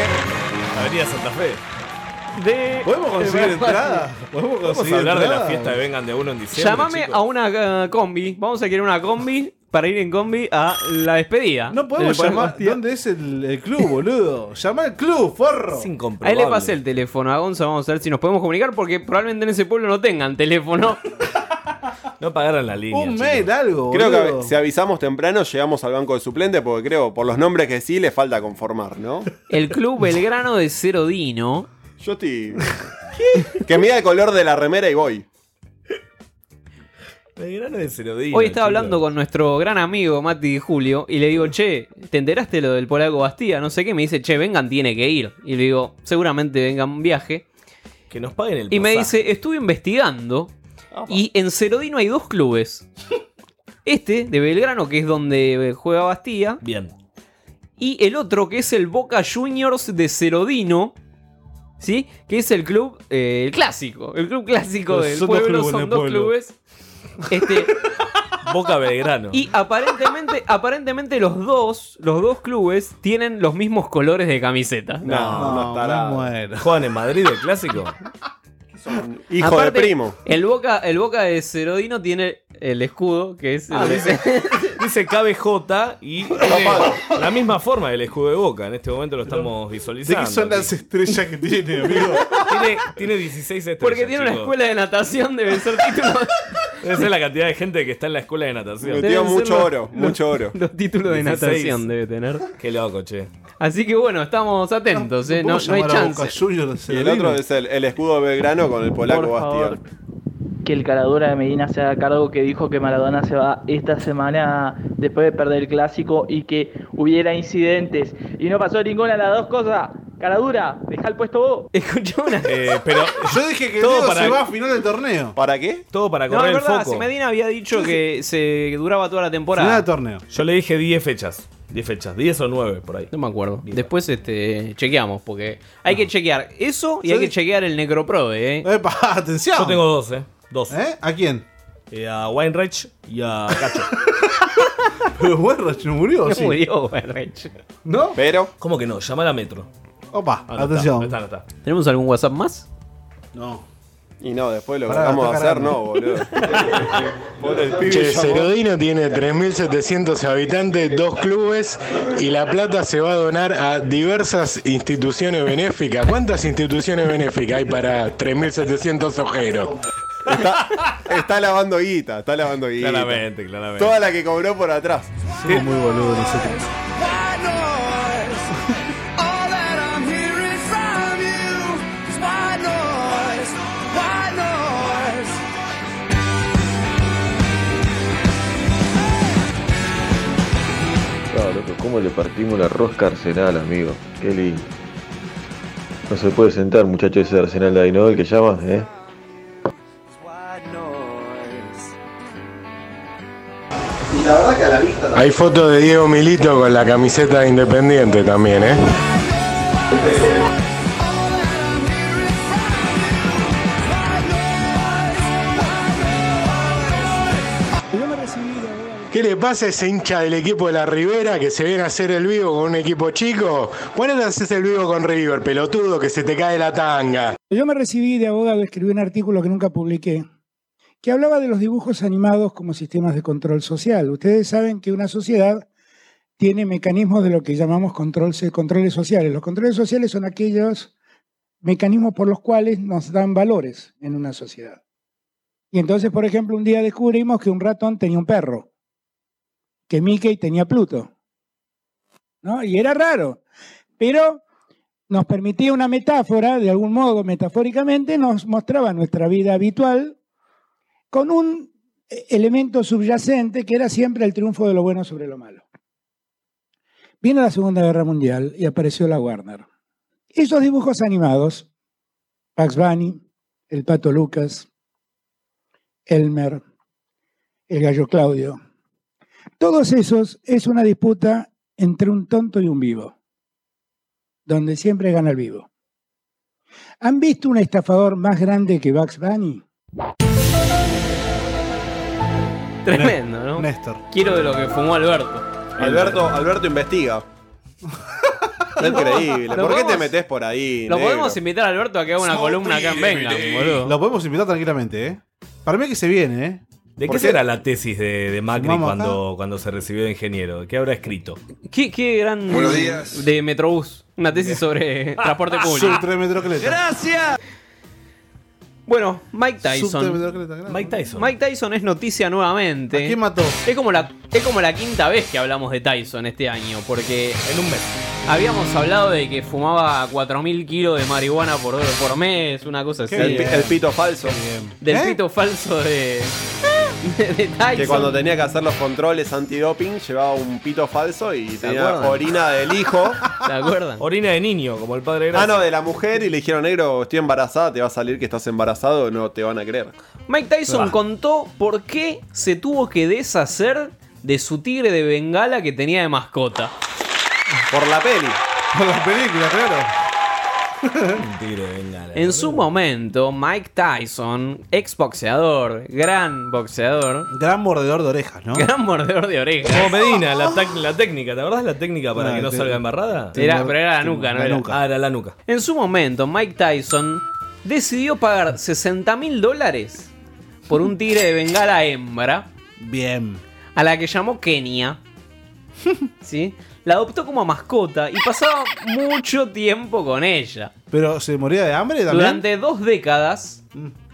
B: Avenida Santa Fe.
L: de.
A: ¿Podemos conseguir entrada? ¿Podemos
B: Vamos
A: conseguir
B: a hablar de la
A: entrada?
B: fiesta de Vengan de a uno en diciembre.
L: Llámame
B: chicos.
L: a una eh, combi. Vamos a querer una combi para ir en combi a la despedida. Eh,
A: No podemos
L: Del-
A: llamar. ¿Dónde es el, el club, boludo? Llama al club, forro.
B: Es incomprobable.
L: Ahí le pasé el teléfono a Gonza, vamos a ver si nos podemos comunicar porque probablemente en ese pueblo no tengan teléfono.
B: No pagaron la línea.
A: Un mail, algo.
D: Creo que
A: boludo.
D: avi- si avisamos temprano llegamos al banco de suplente porque creo, por los nombres que sí, le falta conformar, ¿no?
L: El Club Belgrano de Cerodino.
D: Yo estoy... Que mira el color de la remera y voy.
B: Belgrano de Cerodino.
L: Hoy estaba
B: chicos.
L: hablando con nuestro gran amigo Mati Di Julio y le digo, che, ¿te enteraste lo del polaco Bastía? No sé qué. Me dice, che, vengan, tiene que ir. Y le digo, seguramente vengan un viaje.
B: Que nos paguen el
L: Y me
B: pasaje.
L: dice, estuve investigando y en Cerodino hay dos clubes. Este de Belgrano, que es donde eh, juega Bastía,
B: Bien.
L: y el otro que es el Boca Juniors de Cerodino, ¿sí? Que es el club, eh, el clásico, el club clásico
B: Son
L: del
B: dos
L: pueblo,
B: clubes
L: son
B: del
L: dos
B: pueblo.
L: clubes. Este,
B: Boca Belgrano.
L: y aparentemente, aparentemente los dos, los dos clubes tienen los mismos colores de camiseta.
D: No, no, estará.
B: ¿Juegan en Madrid el clásico?
D: Hijo de
L: Aparte,
D: primo.
L: El Boca, el Boca de Cerodino tiene el escudo, que es el de-
B: Dice KBJ y tiene la misma forma del escudo de Boca. En este momento lo estamos
A: ¿De
B: visualizando.
A: qué son las estrellas que tiene, amigo?
B: Tiene, tiene 16 estrellas.
L: Porque tiene una
B: chicos.
L: escuela de natación, debe ser título.
B: Debe ser la cantidad de gente que está en la escuela de natación.
D: Metió mucho oro, mucho oro.
L: Los títulos de
B: 16.
L: natación debe tener.
B: Qué loco, che.
L: Así que bueno, estamos atentos, ¿eh? No, no hay chance.
D: Y el otro es el, el escudo de Belgrano con el polaco Bastión.
V: que el Caradura de Medina se haga cargo, que dijo que Maradona se va esta semana después de perder el clásico y que hubiera incidentes. Y no pasó ninguna de las dos cosas. Caradura, deja el puesto vos.
L: Escuchá una.
B: Eh, pero
A: Yo dije que
B: Todo
A: Diego
B: para-
A: se va a final del torneo.
D: ¿Para qué?
B: Todo para
L: No,
B: correr
L: es
B: el
L: verdad,
B: foco.
L: si Medina había dicho que se duraba toda la
A: Final
L: temporada.
A: del torneo.
B: Yo le dije 10 fechas. 10 fechas, 10 o 9 por ahí.
L: No me acuerdo. Después este, chequeamos, porque hay que chequear eso y
A: Yo
L: hay que
A: dije-
L: chequear el Necroprode, ¿eh?
A: Epa, atención.
B: Yo tengo 12. 12.
A: ¿Eh? ¿A quién?
B: eh, a Weinreich y a Cacho.
A: Pero Weinreich no murió,
B: No
A: sí.
B: murió Weinreich.
A: ¿No?
B: Pero. ¿Cómo que no? Llama a la metro.
A: Opa,
B: Ah, no
A: atención.
B: Está, no está, no está.
L: ¿Tenemos algún WhatsApp más?
A: No.
D: Y no, después lo que
A: Pará,
D: vamos a
A: está
D: hacer, no,
A: cargando.
D: boludo. Pobre el pibe
G: Che,
D: llamó.
G: Cerodino tiene 3.700 habitantes, dos clubes y la plata se va a donar a diversas instituciones benéficas. ¿Cuántas instituciones benéficas hay para 3.700 ojeros?
D: Está lavando guita, está lavando guita.
B: Claramente, claramente.
D: Toda la que cobró por atrás.
A: Somos muy boludos nosotros.
W: Claro, loco, ¿cómo le partimos la rosca a Arsenal, amigo? Qué lindo. No se puede sentar, muchacho, ese Arsenal de ahí, ¿no? El que llama, ¿eh?
D: Y la verdad que a la vista
G: Hay fotos de Diego Milito con la camiseta de Independiente también, ¿eh? ¿Qué le pasa a ese hincha del equipo de la Rivera que se viene a hacer el vivo con un equipo chico? ¿Cuándo te haces el vivo con River, pelotudo, que se te cae la tanga?
C: Yo me recibí de abogado, escribí un artículo que nunca publiqué, que hablaba de los dibujos animados como sistemas de control social. Ustedes saben que una sociedad tiene mecanismos de lo que llamamos control- controles sociales. Los controles sociales son aquellos mecanismos por los cuales nos dan valores en una sociedad. Y entonces, por ejemplo, un día descubrimos que un ratón tenía un perro, que Mickey tenía Pluto. ¿no? Y era raro. Pero nos permitía una metáfora, de algún modo, metafóricamente, nos mostraba nuestra vida habitual con un eh, elemento subyacente que era siempre el triunfo de lo bueno sobre lo malo. Vino la Segunda Guerra Mundial y apareció la Warner. Esos dibujos animados, Pax Bunny, el Pato Lucas, Elmer, el Gallo Claudio, todos esos es una disputa entre un tonto y un vivo donde siempre gana el vivo. ¿Han visto un estafador más grande que Bugs Bunny?
L: Tremendo, ¿no?
A: Néstor.
L: Quiero de lo que fumó Alberto.
D: Alberto, Alberto investiga. Es increíble.
L: ¿Lo
D: ¿Por qué te
L: podemos-
D: metes por ahí?
L: Lo
D: negro?
L: podemos invitar a Alberto a que haga una columna acá en Venga, boludo.
A: Lo podemos invitar tranquilamente, ¿eh? Para mí que se viene, ¿eh?
B: ¿De
A: ¿Por
B: qué será la tesis de, de Macri
A: Sumamos
B: cuando, cuando se recibió de ingeniero? ¿De ¿Qué habrá escrito?
L: Qué, qué gran.
B: Buenos días.
L: De Metrobús. Una tesis sobre transporte público.
A: Subte Metrocleta.
L: ¡Gracias! Bueno, Mike
A: Subte
L: Tyson.
A: Metrocleta, claro.
L: Mike Tyson. Mike Tyson es noticia nuevamente. quién
A: mató?
L: Es como, la, es como la quinta vez que hablamos de Tyson este año, porque. En un mes. Habíamos hablado de que fumaba 4.000 kilos de marihuana por, por mes, una cosa así.
D: El, pi- el pito falso.
L: Del pito falso de. de, de Tyson.
D: Que cuando tenía que hacer los controles antidoping llevaba un pito falso y tenía
B: acuerdan?
D: orina del hijo.
L: ¿Te acuerdan?
B: Orina de niño, como el padre
D: Ah,
B: Gracia.
D: no, de la mujer y le dijeron, negro, estoy embarazada, te va a salir que estás embarazado, no te van a creer.
L: Mike Tyson
D: Ah.
L: contó por qué se tuvo que deshacer de su tigre de bengala que tenía de mascota.
D: Por la peli.
A: Por la película, claro.
L: Ah. En su momento, Mike Tyson, ex boxeador, gran boxeador.
A: Gran mordedor de orejas, ¿no?
L: Gran mordedor de orejas.
B: Como Medina, la, tac- la técnica. ¿Te acordás la técnica para
L: Ah,
B: que no
L: te-
B: salga embarrada?
L: te- Era- pero era la nuca, ¿no?
B: La
L: Era-
B: nuca. Ah, era la nuca.
L: En su momento, Mike Tyson decidió pagar 60 mil dólares por un tigre de bengala hembra.
A: Ah, Bien.
L: A la que llamó Kenia. ¿Sí? La adoptó como mascota y pasaba mucho tiempo con ella.
A: Pero se moría de hambre también. Mm,
L: Durante dos décadas,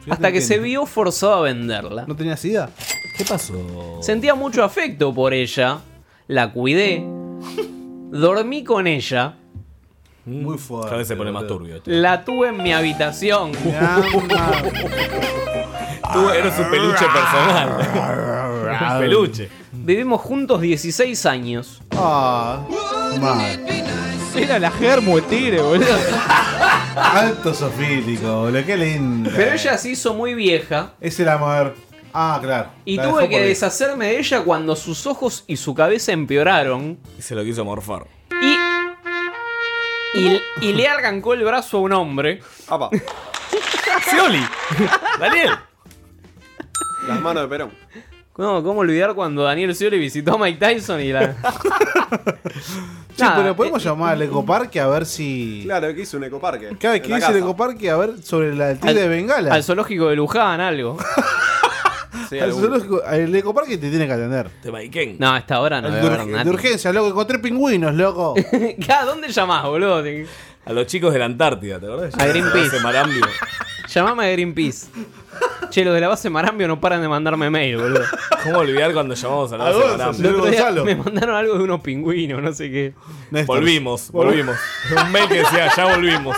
L: hasta que se
A: entiendo.
L: vio forzado a venderla.
A: ¿No tenía sida?
B: ¿Qué pasó?
L: Sentía mucho afecto por ella. La cuidé. Dormí con ella. Mm.
A: Muy fuerte.
B: Cada vez se pone más turbio. esto.
L: La tuve en mi habitación.
B: Tú eres un peluche personal. Un peluche.
L: Vivimos juntos 16 años.
A: Ah,
L: Era la germo el tigre, boludo.
A: Alto sofílico, boludo. Qué lindo.
L: Pero ella se hizo muy vieja.
A: Es el amor. Ah, claro.
L: Y
A: La
L: tuve
A: dejó
L: que
A: por-
L: deshacerme de ella cuando sus ojos y su cabeza empeoraron.
B: Y se lo quiso morfar.
L: Y, y le arrancó el brazo a un hombre.
D: ¡Apa!
B: ¡Sioli! ¡Daniel!
D: Las manos de Perón.
L: ¿Cómo, cómo olvidar cuando Daniel Scioli visitó a Mike Tyson y la.
A: Che, pero
L: eh,
A: podemos llamar al ecoparque a ver si.
D: Claro, que hizo un ecoparque.
A: Cada vez
D: En
A: que
D: la
A: dice el
D: casa.
A: ecoparque, a ver sobre la del tigre
L: Al-
A: de Bengala.
L: Al zoológico de Luján, algo.
A: Al zoológico- el ecoparque te tiene que atender.
L: No, a esta hora no.
A: Al
L: debe
A: de,
L: haber
A: urg-
L: nadie.
A: de urgencia, loco, encontré pingüinos, loco.
L: ¿A dónde llamás, boludo?
B: A los chicos de la Antártida, ¿te acordás?
L: A Greenpeace.
B: Ese marambio.
L: Llamame a Greenpeace. Che, los de la base Marambio no paran de mandarme mail, boludo.
B: ¿Cómo olvidar cuando llamamos a
L: A
B: la base
L: vos,
B: Marambio?
L: el otro día Me mandaron algo de unos pingüinos, no sé qué.
B: Volvimos, volvimos. Un mail que decía, ya volvimos.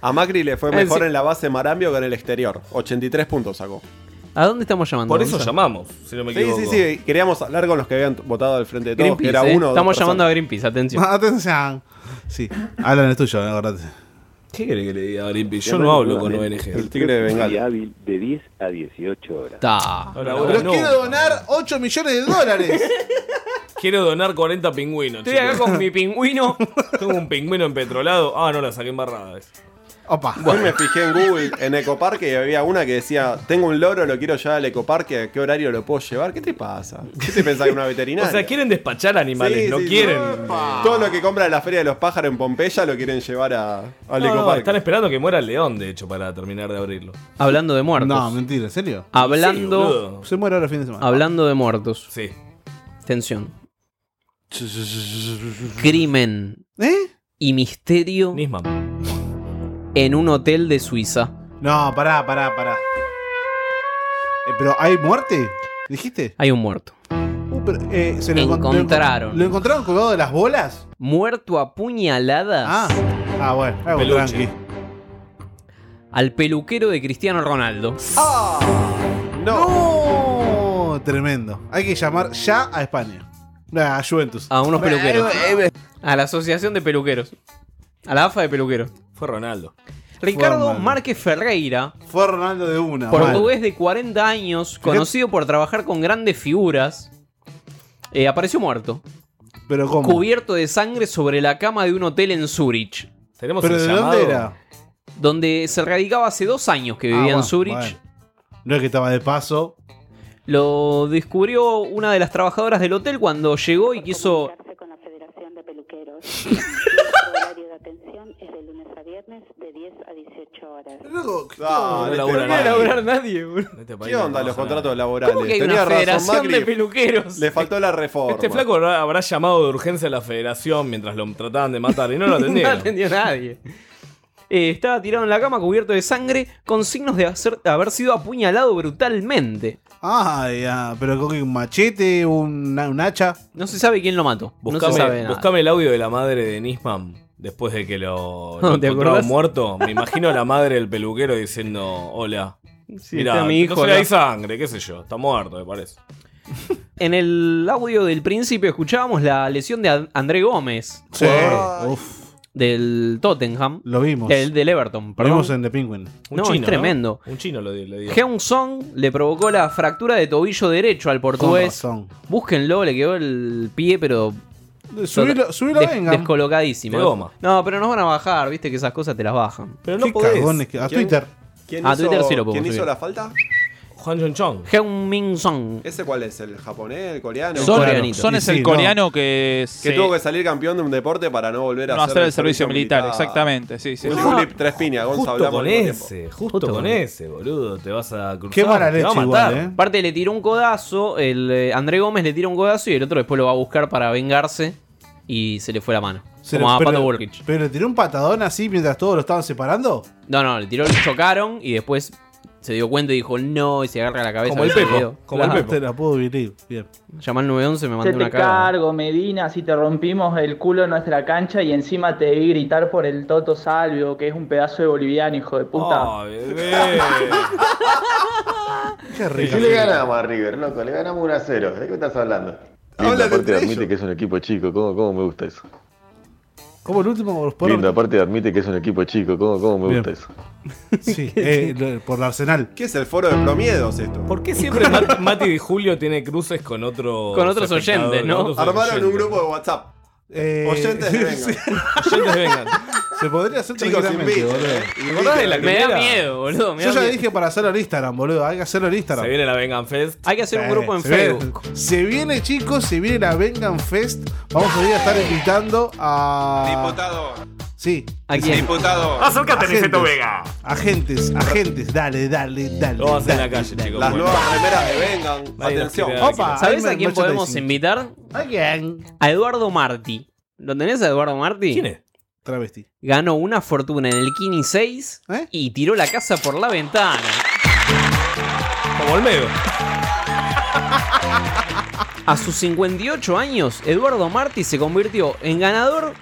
D: A Macri le fue
L: Eh,
D: mejor
L: sí.
D: en la base Marambio que en el exterior. 83 puntos sacó.
L: ¿A dónde estamos llamando?
D: Por eso
L: Gonzalo?
D: llamamos,
B: Si no me
D: Sí,
B: equivoco.
D: sí, sí. Queríamos hablar con los que habían votado al frente de todos. que
L: Greenpeace,
D: era
L: eh.
D: uno o dos
L: Estamos llamando a
D: personas. Ah.
L: Greenpeace, atención.
A: Atención. Sí. Alan, es tuyo, acordate.
B: ¿Qué quiere que le diga a Greenpeace? Yo no hablo con ONG.
A: El tigre de Bengala.
J: Día hábil de 10 a 18 horas.
B: Ahora,
A: Pero
B: ahora no.
A: quiero donar 8 millones de dólares.
B: Quiero donar 40 pingüinos.
L: Estoy acá con mi pingüino.
B: Tengo un pingüino empetrolado. Ah, no, la saqué embarrada.
A: Opa.
D: Hoy me fijé en Google, en Ecoparque, y había una que decía: Tengo un loro, lo quiero llevar al Ecoparque, ¿a qué horario lo puedo llevar? ¿Qué te pasa? ¿Qué te pensás que una veterinaria?
B: O sea, quieren despachar animales, no quieren.
D: Todo lo que compra en la Feria de los Pájaros en Pompeya lo quieren llevar a, al
B: No, no,
D: Ecoparque.
B: están esperando que muera el león, de hecho, para terminar de abrirlo.
L: Hablando de muertos.
A: No, mentira, ¿en serio?
B: Sí,
L: Hablando.
B: boludo.
A: Se muere ahora el fin de semana.
L: Hablando de muertos.
B: Sí.
L: Tensión. Crimen.
A: ¿Eh?
L: Y misterio. En un hotel de Suiza.
A: No, pará, pará, pará. Eh, pero hay muerte, dijiste.
L: Hay un muerto.
A: Uh, pero, eh, se lo encon-
L: Encontraron.
A: ¿Lo encontraron colgado de las bolas?
L: Muerto a puñaladas.
A: Ah, ah bueno, algo
L: Peluche.
A: tranqui.
L: Al peluquero de Cristiano Ronaldo.
A: No. Tremendo. Hay que llamar ya a España. A Juventus.
L: A unos
A: Bueno,
L: peluqueros.
A: eh, eh,
L: A la Asociación de Peluqueros. A la AFA de Peluqueros.
B: Fue Ronaldo.
L: Ricardo
A: Ronaldo.
L: Márquez Ferreira,
A: Fue Ronaldo de una. mal.
L: portugués de 40 años, conocido por trabajar con grandes figuras, eh, apareció muerto.
A: Pero ¿cómo?
L: Cubierto de sangre sobre la cama de un hotel en Zurich.
B: ¿Tenemos ¿Pero el de llamado? dónde era?
L: Donde se radicaba hace dos años que
A: Ah,
L: vivía en
A: bueno,
L: Zurich.
A: bueno. No es que estaba de paso.
L: Lo descubrió una de las trabajadoras del hotel cuando llegó y quiso.
A: Loco,
D: Ah,
L: No
D: este-
L: labura
D: tenía
L: nadie.
D: que laburar
L: nadie, boludo.
B: este
D: ¿Qué onda los contratos laborales?
L: ¿Cómo que hay una federación de peluqueros?
D: Le faltó la reforma.
B: Este flaco habrá, habrá llamado de urgencia a la federación mientras lo trataban de matar y no lo
L: No
B: atendieron.
L: atendió nadie. Eh, estaba tirado en la cama cubierto de sangre con signos de hacer- haber sido apuñalado brutalmente.
A: Ay, ah, pero con qué, un machete, un, un hacha.
L: No se sabe quién lo mató. no
B: Buscame,
L: se sabe nada.
B: buscame el audio de la madre de Nisman después de que lo, lo
L: ¿Te
B: encontraron
L: acordás?
B: muerto. Me imagino a la madre del peluquero diciendo: Hola.
L: Sí, este
B: Mirá,
L: está mi hijo
B: no se le
L: acá".
B: hay sangre, qué sé yo. Está muerto, me parece.
L: En el audio del principio escuchábamos la lesión de Ad- André Gómez.
A: Sí.
L: jugador
A: Uf,
L: Del Tottenham.
A: Lo vimos.
L: El del Everton,
A: lo
L: perdón.
A: vimos en The Penguin.
L: No, es tremendo.
B: Un chino lo di- le dio.
L: Heung Song le provocó la fractura de tobillo derecho al portugués.
A: razón.
L: Búsquenlo, le quedó el pie, pero.
A: subilo- subilo a Bengham.
L: Descolocadísimo.
A: De goma.
L: No, pero nos van a bajar, viste que esas cosas te las bajan.
B: Pero
A: Qué cagones que- A
D: ¿Quién-
A: Twitter.
D: ¿Quién
L: A
U: Ah,
D: hizo-
L: Twitter sí lo podemos
D: ¿Quién hizo
L: subir.
D: la falta?
B: Juan John Chong.
L: Heung Min Song.
D: ¿Ese cuál es? ¿El japonés? ¿El coreano?
U: Son- Coreanito. Son es Sí, el sí, coreano no. que se-
D: tuvo que salir campeón de un deporte para no volver a
U: No hacer el servicio militar, exactamente, sí, sí.
D: Willy
U: No.
D: Willy, tres piñas, Gonza,
B: Justo
D: hablamos
B: con
D: al mismo
B: ese,
D: tiempo.
B: justo, con ese, boludo. Te vas a cruzar.
L: Qué mala
B: te va a
L: leche
B: matar.
L: igual, eh. Aparte le tiró un codazo, el eh, André Gómez le tira un codazo y el otro después lo va a buscar para vengarse y se le fue la mano.
A: Se
L: como
A: le-
L: a Pato
A: pero-
L: Burkic.
A: Pero le tiró un patadón así mientras todos lo estaban separando.
L: No, no, le tiró, le chocaron y después se dio cuenta y dijo no y se agarra la cabeza.
A: Como el
L: del
A: Pepo,
L: video.
A: como el Pepo. Te
L: la puedo vivir, bien. Llamá al 911 me
V: Te,
L: mandó
V: te
L: una cara.
V: cargo, Medina, si te rompimos el culo en nuestra cancha y encima te vi gritar por el Toto Salvio, que es un pedazo de boliviano, hijo de
B: Oh.
V: puta.
A: Qué
W: ¿Y qué le ganamos a River, loco? Le ganamos 1 a 0. ¿De qué estás hablando? Lindo, aparte admite que es un equipo chico. ¿Cómo, cómo me gusta eso?
A: Como el último por- por,
W: Lindo, aparte admite que es un equipo chico. ¿Cómo, cómo me
A: Bien.
W: gusta eso?
A: sí, eh, lo- por el Arsenal.
D: ¿Qué es el foro de promiedos esto?
B: ¿Por qué siempre Mat- Mati Di Julio tiene cruces con otros
D: Con otros
B: espectadores,
D: oyentes, ¿no?
B: con otros
D: Armaron un
B: oyentes?
D: grupo de WhatsApp.
A: Eh,
D: Oyentes de
A: sí.
D: Vengan.
B: Oyentes vengan.
A: Se podría hacer
D: Chicos,
A: tranquilamente,
D: inviten,
A: boludo.
D: eh. ¿Te acordás de la
L: Me da quimera? miedo, boludo, me
A: Yo
L: da
A: ya
L: miedo.
A: dije para hacerlo en Instagram, boludo. Hay que hacerlo en Instagram. Eh,
B: Se viene la Vengan Fest.
L: Hay que hacer un grupo en
A: se viene.
L: Facebook.
A: se viene, chicos, se viene la Vengan Fest. Vamos a ir a estar invitando a.
Q: Diputado.
A: Sí.
L: ¿A quién?
Q: Diputado.
U: Ah,
A: Acércate,
Q: Niceto
A: Vega. Agentes, agentes, dale, dale, dale.
B: Lo vas en la
A: dale,
B: calle,
A: dale.
B: chicos.
D: Las
B: Bueno.
D: nuevas remeras de Vengan.
B: Nadie nos
D: Atención.
B: quiere dar
A: Opa,
L: ¿Sabés
A: hay
L: a quién
A: merchandising.
L: podemos invitar?
A: ¿A quién?
L: A Eduardo Martí. ¿Lo tenés a Eduardo Martí?
B: ¿Quién es?
A: Travesti.
L: Ganó una fortuna en el Kini 6
A: ¿Eh?
L: y tiró la casa por la ventana.
B: Como Olmedo.
L: A sus 58 años, Eduardo Martí se convirtió en ganador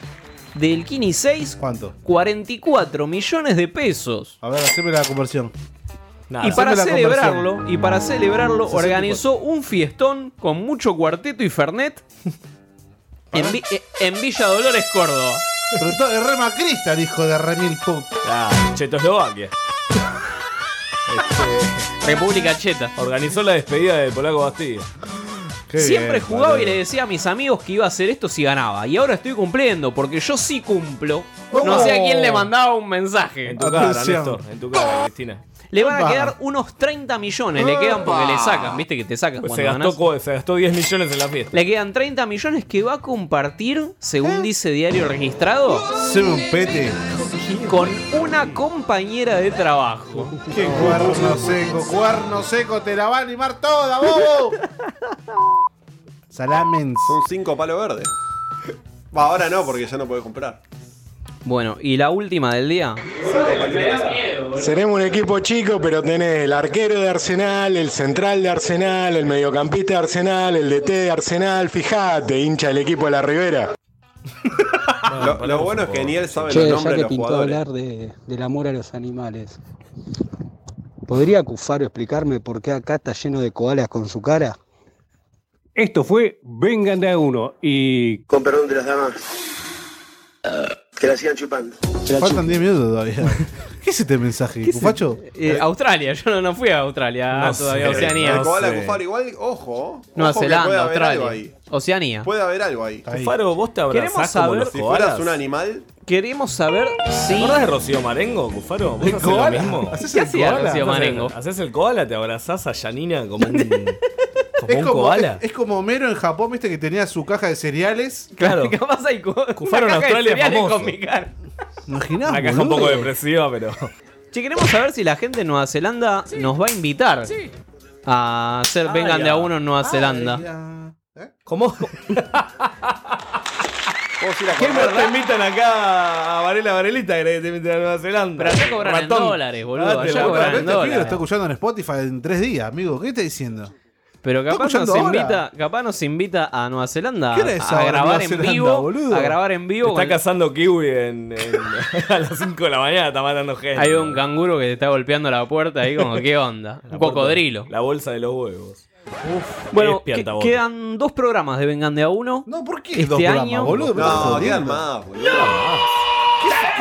L: del Kini 6.
A: ¿Cuánto?
L: 44 millones de pesos.
A: A ver, haceme la conversión.
L: y para
A: Haceme la
L: celebrarlo,
A: conversión.
L: y para celebrarlo
A: 64.
L: organizó un fiestón con mucho cuarteto y fernet en, Vi- eh, en Villa Dolores, Córdoba.
A: Pero todo es re macrista el hijo de Remil Put.
B: Ah, Checoslovaquia.
L: República Cheta.
B: Organizó la despedida de Polaco Bastilla.
L: Siempre jugaba y le decía a mis amigos que iba a hacer esto si ganaba. Y ahora estoy cumpliendo, porque yo sí cumplo. No
B: Oh.
L: sé a quién le mandaba un mensaje.
B: En tu cara,
L: Atención.
B: Néstor. En tu cara, Cristina.
L: Le van a
B: Opa.
L: quedar unos 30 millones. Le quedan porque le sacan, viste que te sacan
B: Pues
L: cuando
B: se, gastó,
L: ganás.
B: co- se gastó 10 millones en la fiesta.
L: Le quedan 30 millones que va a compartir, según dice Diario Registrado, con una compañera de trabajo.
A: ¿Qué cuerno seco? Cuerno seco, te la va a animar toda, bobo. Salamens.
D: Son cinco palos verdes. Va, ahora no, porque ya no podés comprar.
L: Bueno, y la última del día.
G: Seremos un equipo chico, pero tenés el arquero de Arsenal, el central de Arsenal, el mediocampista de Arsenal, el DT de Arsenal. Fijate, hincha el equipo de la Ribera.
D: lo lo bueno es que ni él sabe
X: Che,
D: los
X: ya
D: nombres de
X: que
D: los
X: pintó
D: jugadores.
X: hablar de- del amor a los animales, ¿podría Cufaro explicarme por qué acá está lleno de koalas con su cara?
K: Esto fue Vengan de a uno y. Con perdón de las damas. Que la sigan chupando.
A: Faltan 10 minutos todavía. ¿Qué es este mensaje, Cufacho?
L: Eh, Australia, yo no, no fui a Australia
A: No
L: todavía,
A: sé,
L: Oceanía.
A: no
D: Koala
A: sé.
D: Cufaro, igual, ojo.
L: Nueva
D: ojo que puede
L: Zelanda,
D: haber algo
L: Australia.
D: ahí.
L: Oceanía.
D: Puede haber algo ahí.
B: Cufaro, vos te abrazás
L: Queremos
B: como
L: saber-
B: los
D: Si fueras
B: koalas?
D: un animal,
L: Queremos saber
B: ¿Te
L: si.
B: acordás de Rocío Marengo, Cufaro? ¿Vos
L: ¿El
B: haces lo
L: koala?
B: mismo?
L: ¿Hacés ¿Qué el hacía koala? Rocío Marengo?
B: Haces el koala, te abrazás a Yanina como un, como
A: Es
B: un
A: como, es,
B: koala.
A: es como Homero en Japón, viste que tenía su caja de cereales.
B: Claro.
L: Capaz hay co- una
B: Cufaro en
L: caja de
B: Australia es
L: cereales
B: famoso.
L: con mi cara.
A: Imaginás,
B: Una caja un
L: boludo.
B: poco depresiva, pero.
L: Che, queremos saber si la gente de Nueva Zelanda nos va a invitar a hacer
B: Ah,
L: Vengan de a
B: ya.
L: uno en Nueva Zelanda.
A: ah. ¿Eh?
B: ¿Cómo? ¿Qué más te invitan acá a Varela Varelita? ¿Querés que te inviten a Nueva Zelanda?
L: Pero allá cobran en
B: Ratón.
L: dólares, boludo,
B: Date
L: allá
B: la-
L: cobran
A: Este
L: en dólares.
A: pibe lo está escuchando en Spotify en tres días, amigo. ¿Qué está diciendo?
L: Pero
A: Está
L: capaz nos,
A: escuchando
L: invita, capaz nos invita a Nueva Zelanda
A: ¿Qué hora es
L: a
A: ahora en
L: grabar
A: Nueva
L: en
A: Zelanda,
L: vivo.
A: boludo?
L: A grabar en vivo.
B: Está
L: con-
B: cazando kiwi en, en- a las 5 de la mañana, está matando gente.
L: Hay un canguro que te está golpeando la puerta ahí como qué onda.
B: La
L: un
B: puerta-
L: cocodrilo.
B: La bolsa de los huevos. Uf,
L: Bueno,
B: es
L: que-
B: piantabote.
L: quedan dos programas de Vengan de a uno.
A: No, ¿por qué
L: Este
A: dos programas,
L: año-
A: boludo? Me estás
D: no,
A: jodiendo.
D: quedan más, boludo.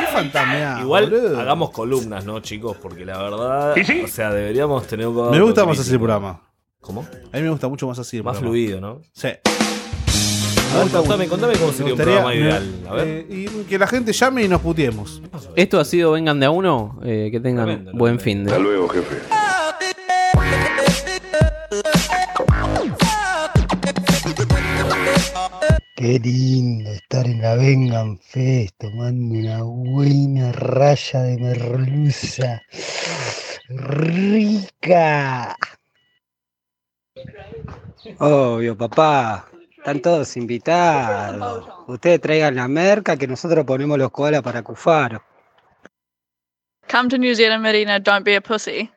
A: ¿Qué fantasmea?
B: Igual hagamos columnas, ¿no, chicos? Porque la verdad. O sea, deberíamos tener un
A: Me gusta más así el programa.
B: ¿Cómo?
A: A mí me gusta mucho más así el
B: Más
A: programa.
B: fluido, ¿no?
A: Sí.
B: A ver, contame, contame cómo sería un programa ideal. A ver.
A: eh, y que la gente llame y nos puteemos.
L: Esto ha sido Vengan de a uno. eh, que tengan buen fin de.
K: luego, jefe.
X: Qué lindo estar en la Vengan Fest tomando una buena raya de merluza. ¡Rica! Obvio, papá. Están todos invitados. Ustedes traigan la merca que nosotros ponemos los koalas para Cufaro.
Y: Come to New Zealand, Marina. Don't be a pussy.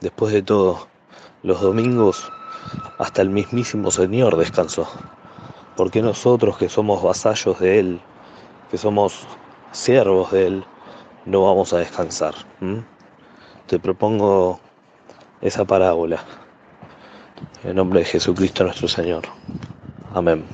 Z: Después de todo, los domingos hasta el mismísimo Señor descansó. Porque nosotros que somos vasallos de Él, que somos siervos de Él, no vamos a descansar? ¿m? Te propongo esa parábola. En nombre de Jesucristo nuestro Señor. Amén.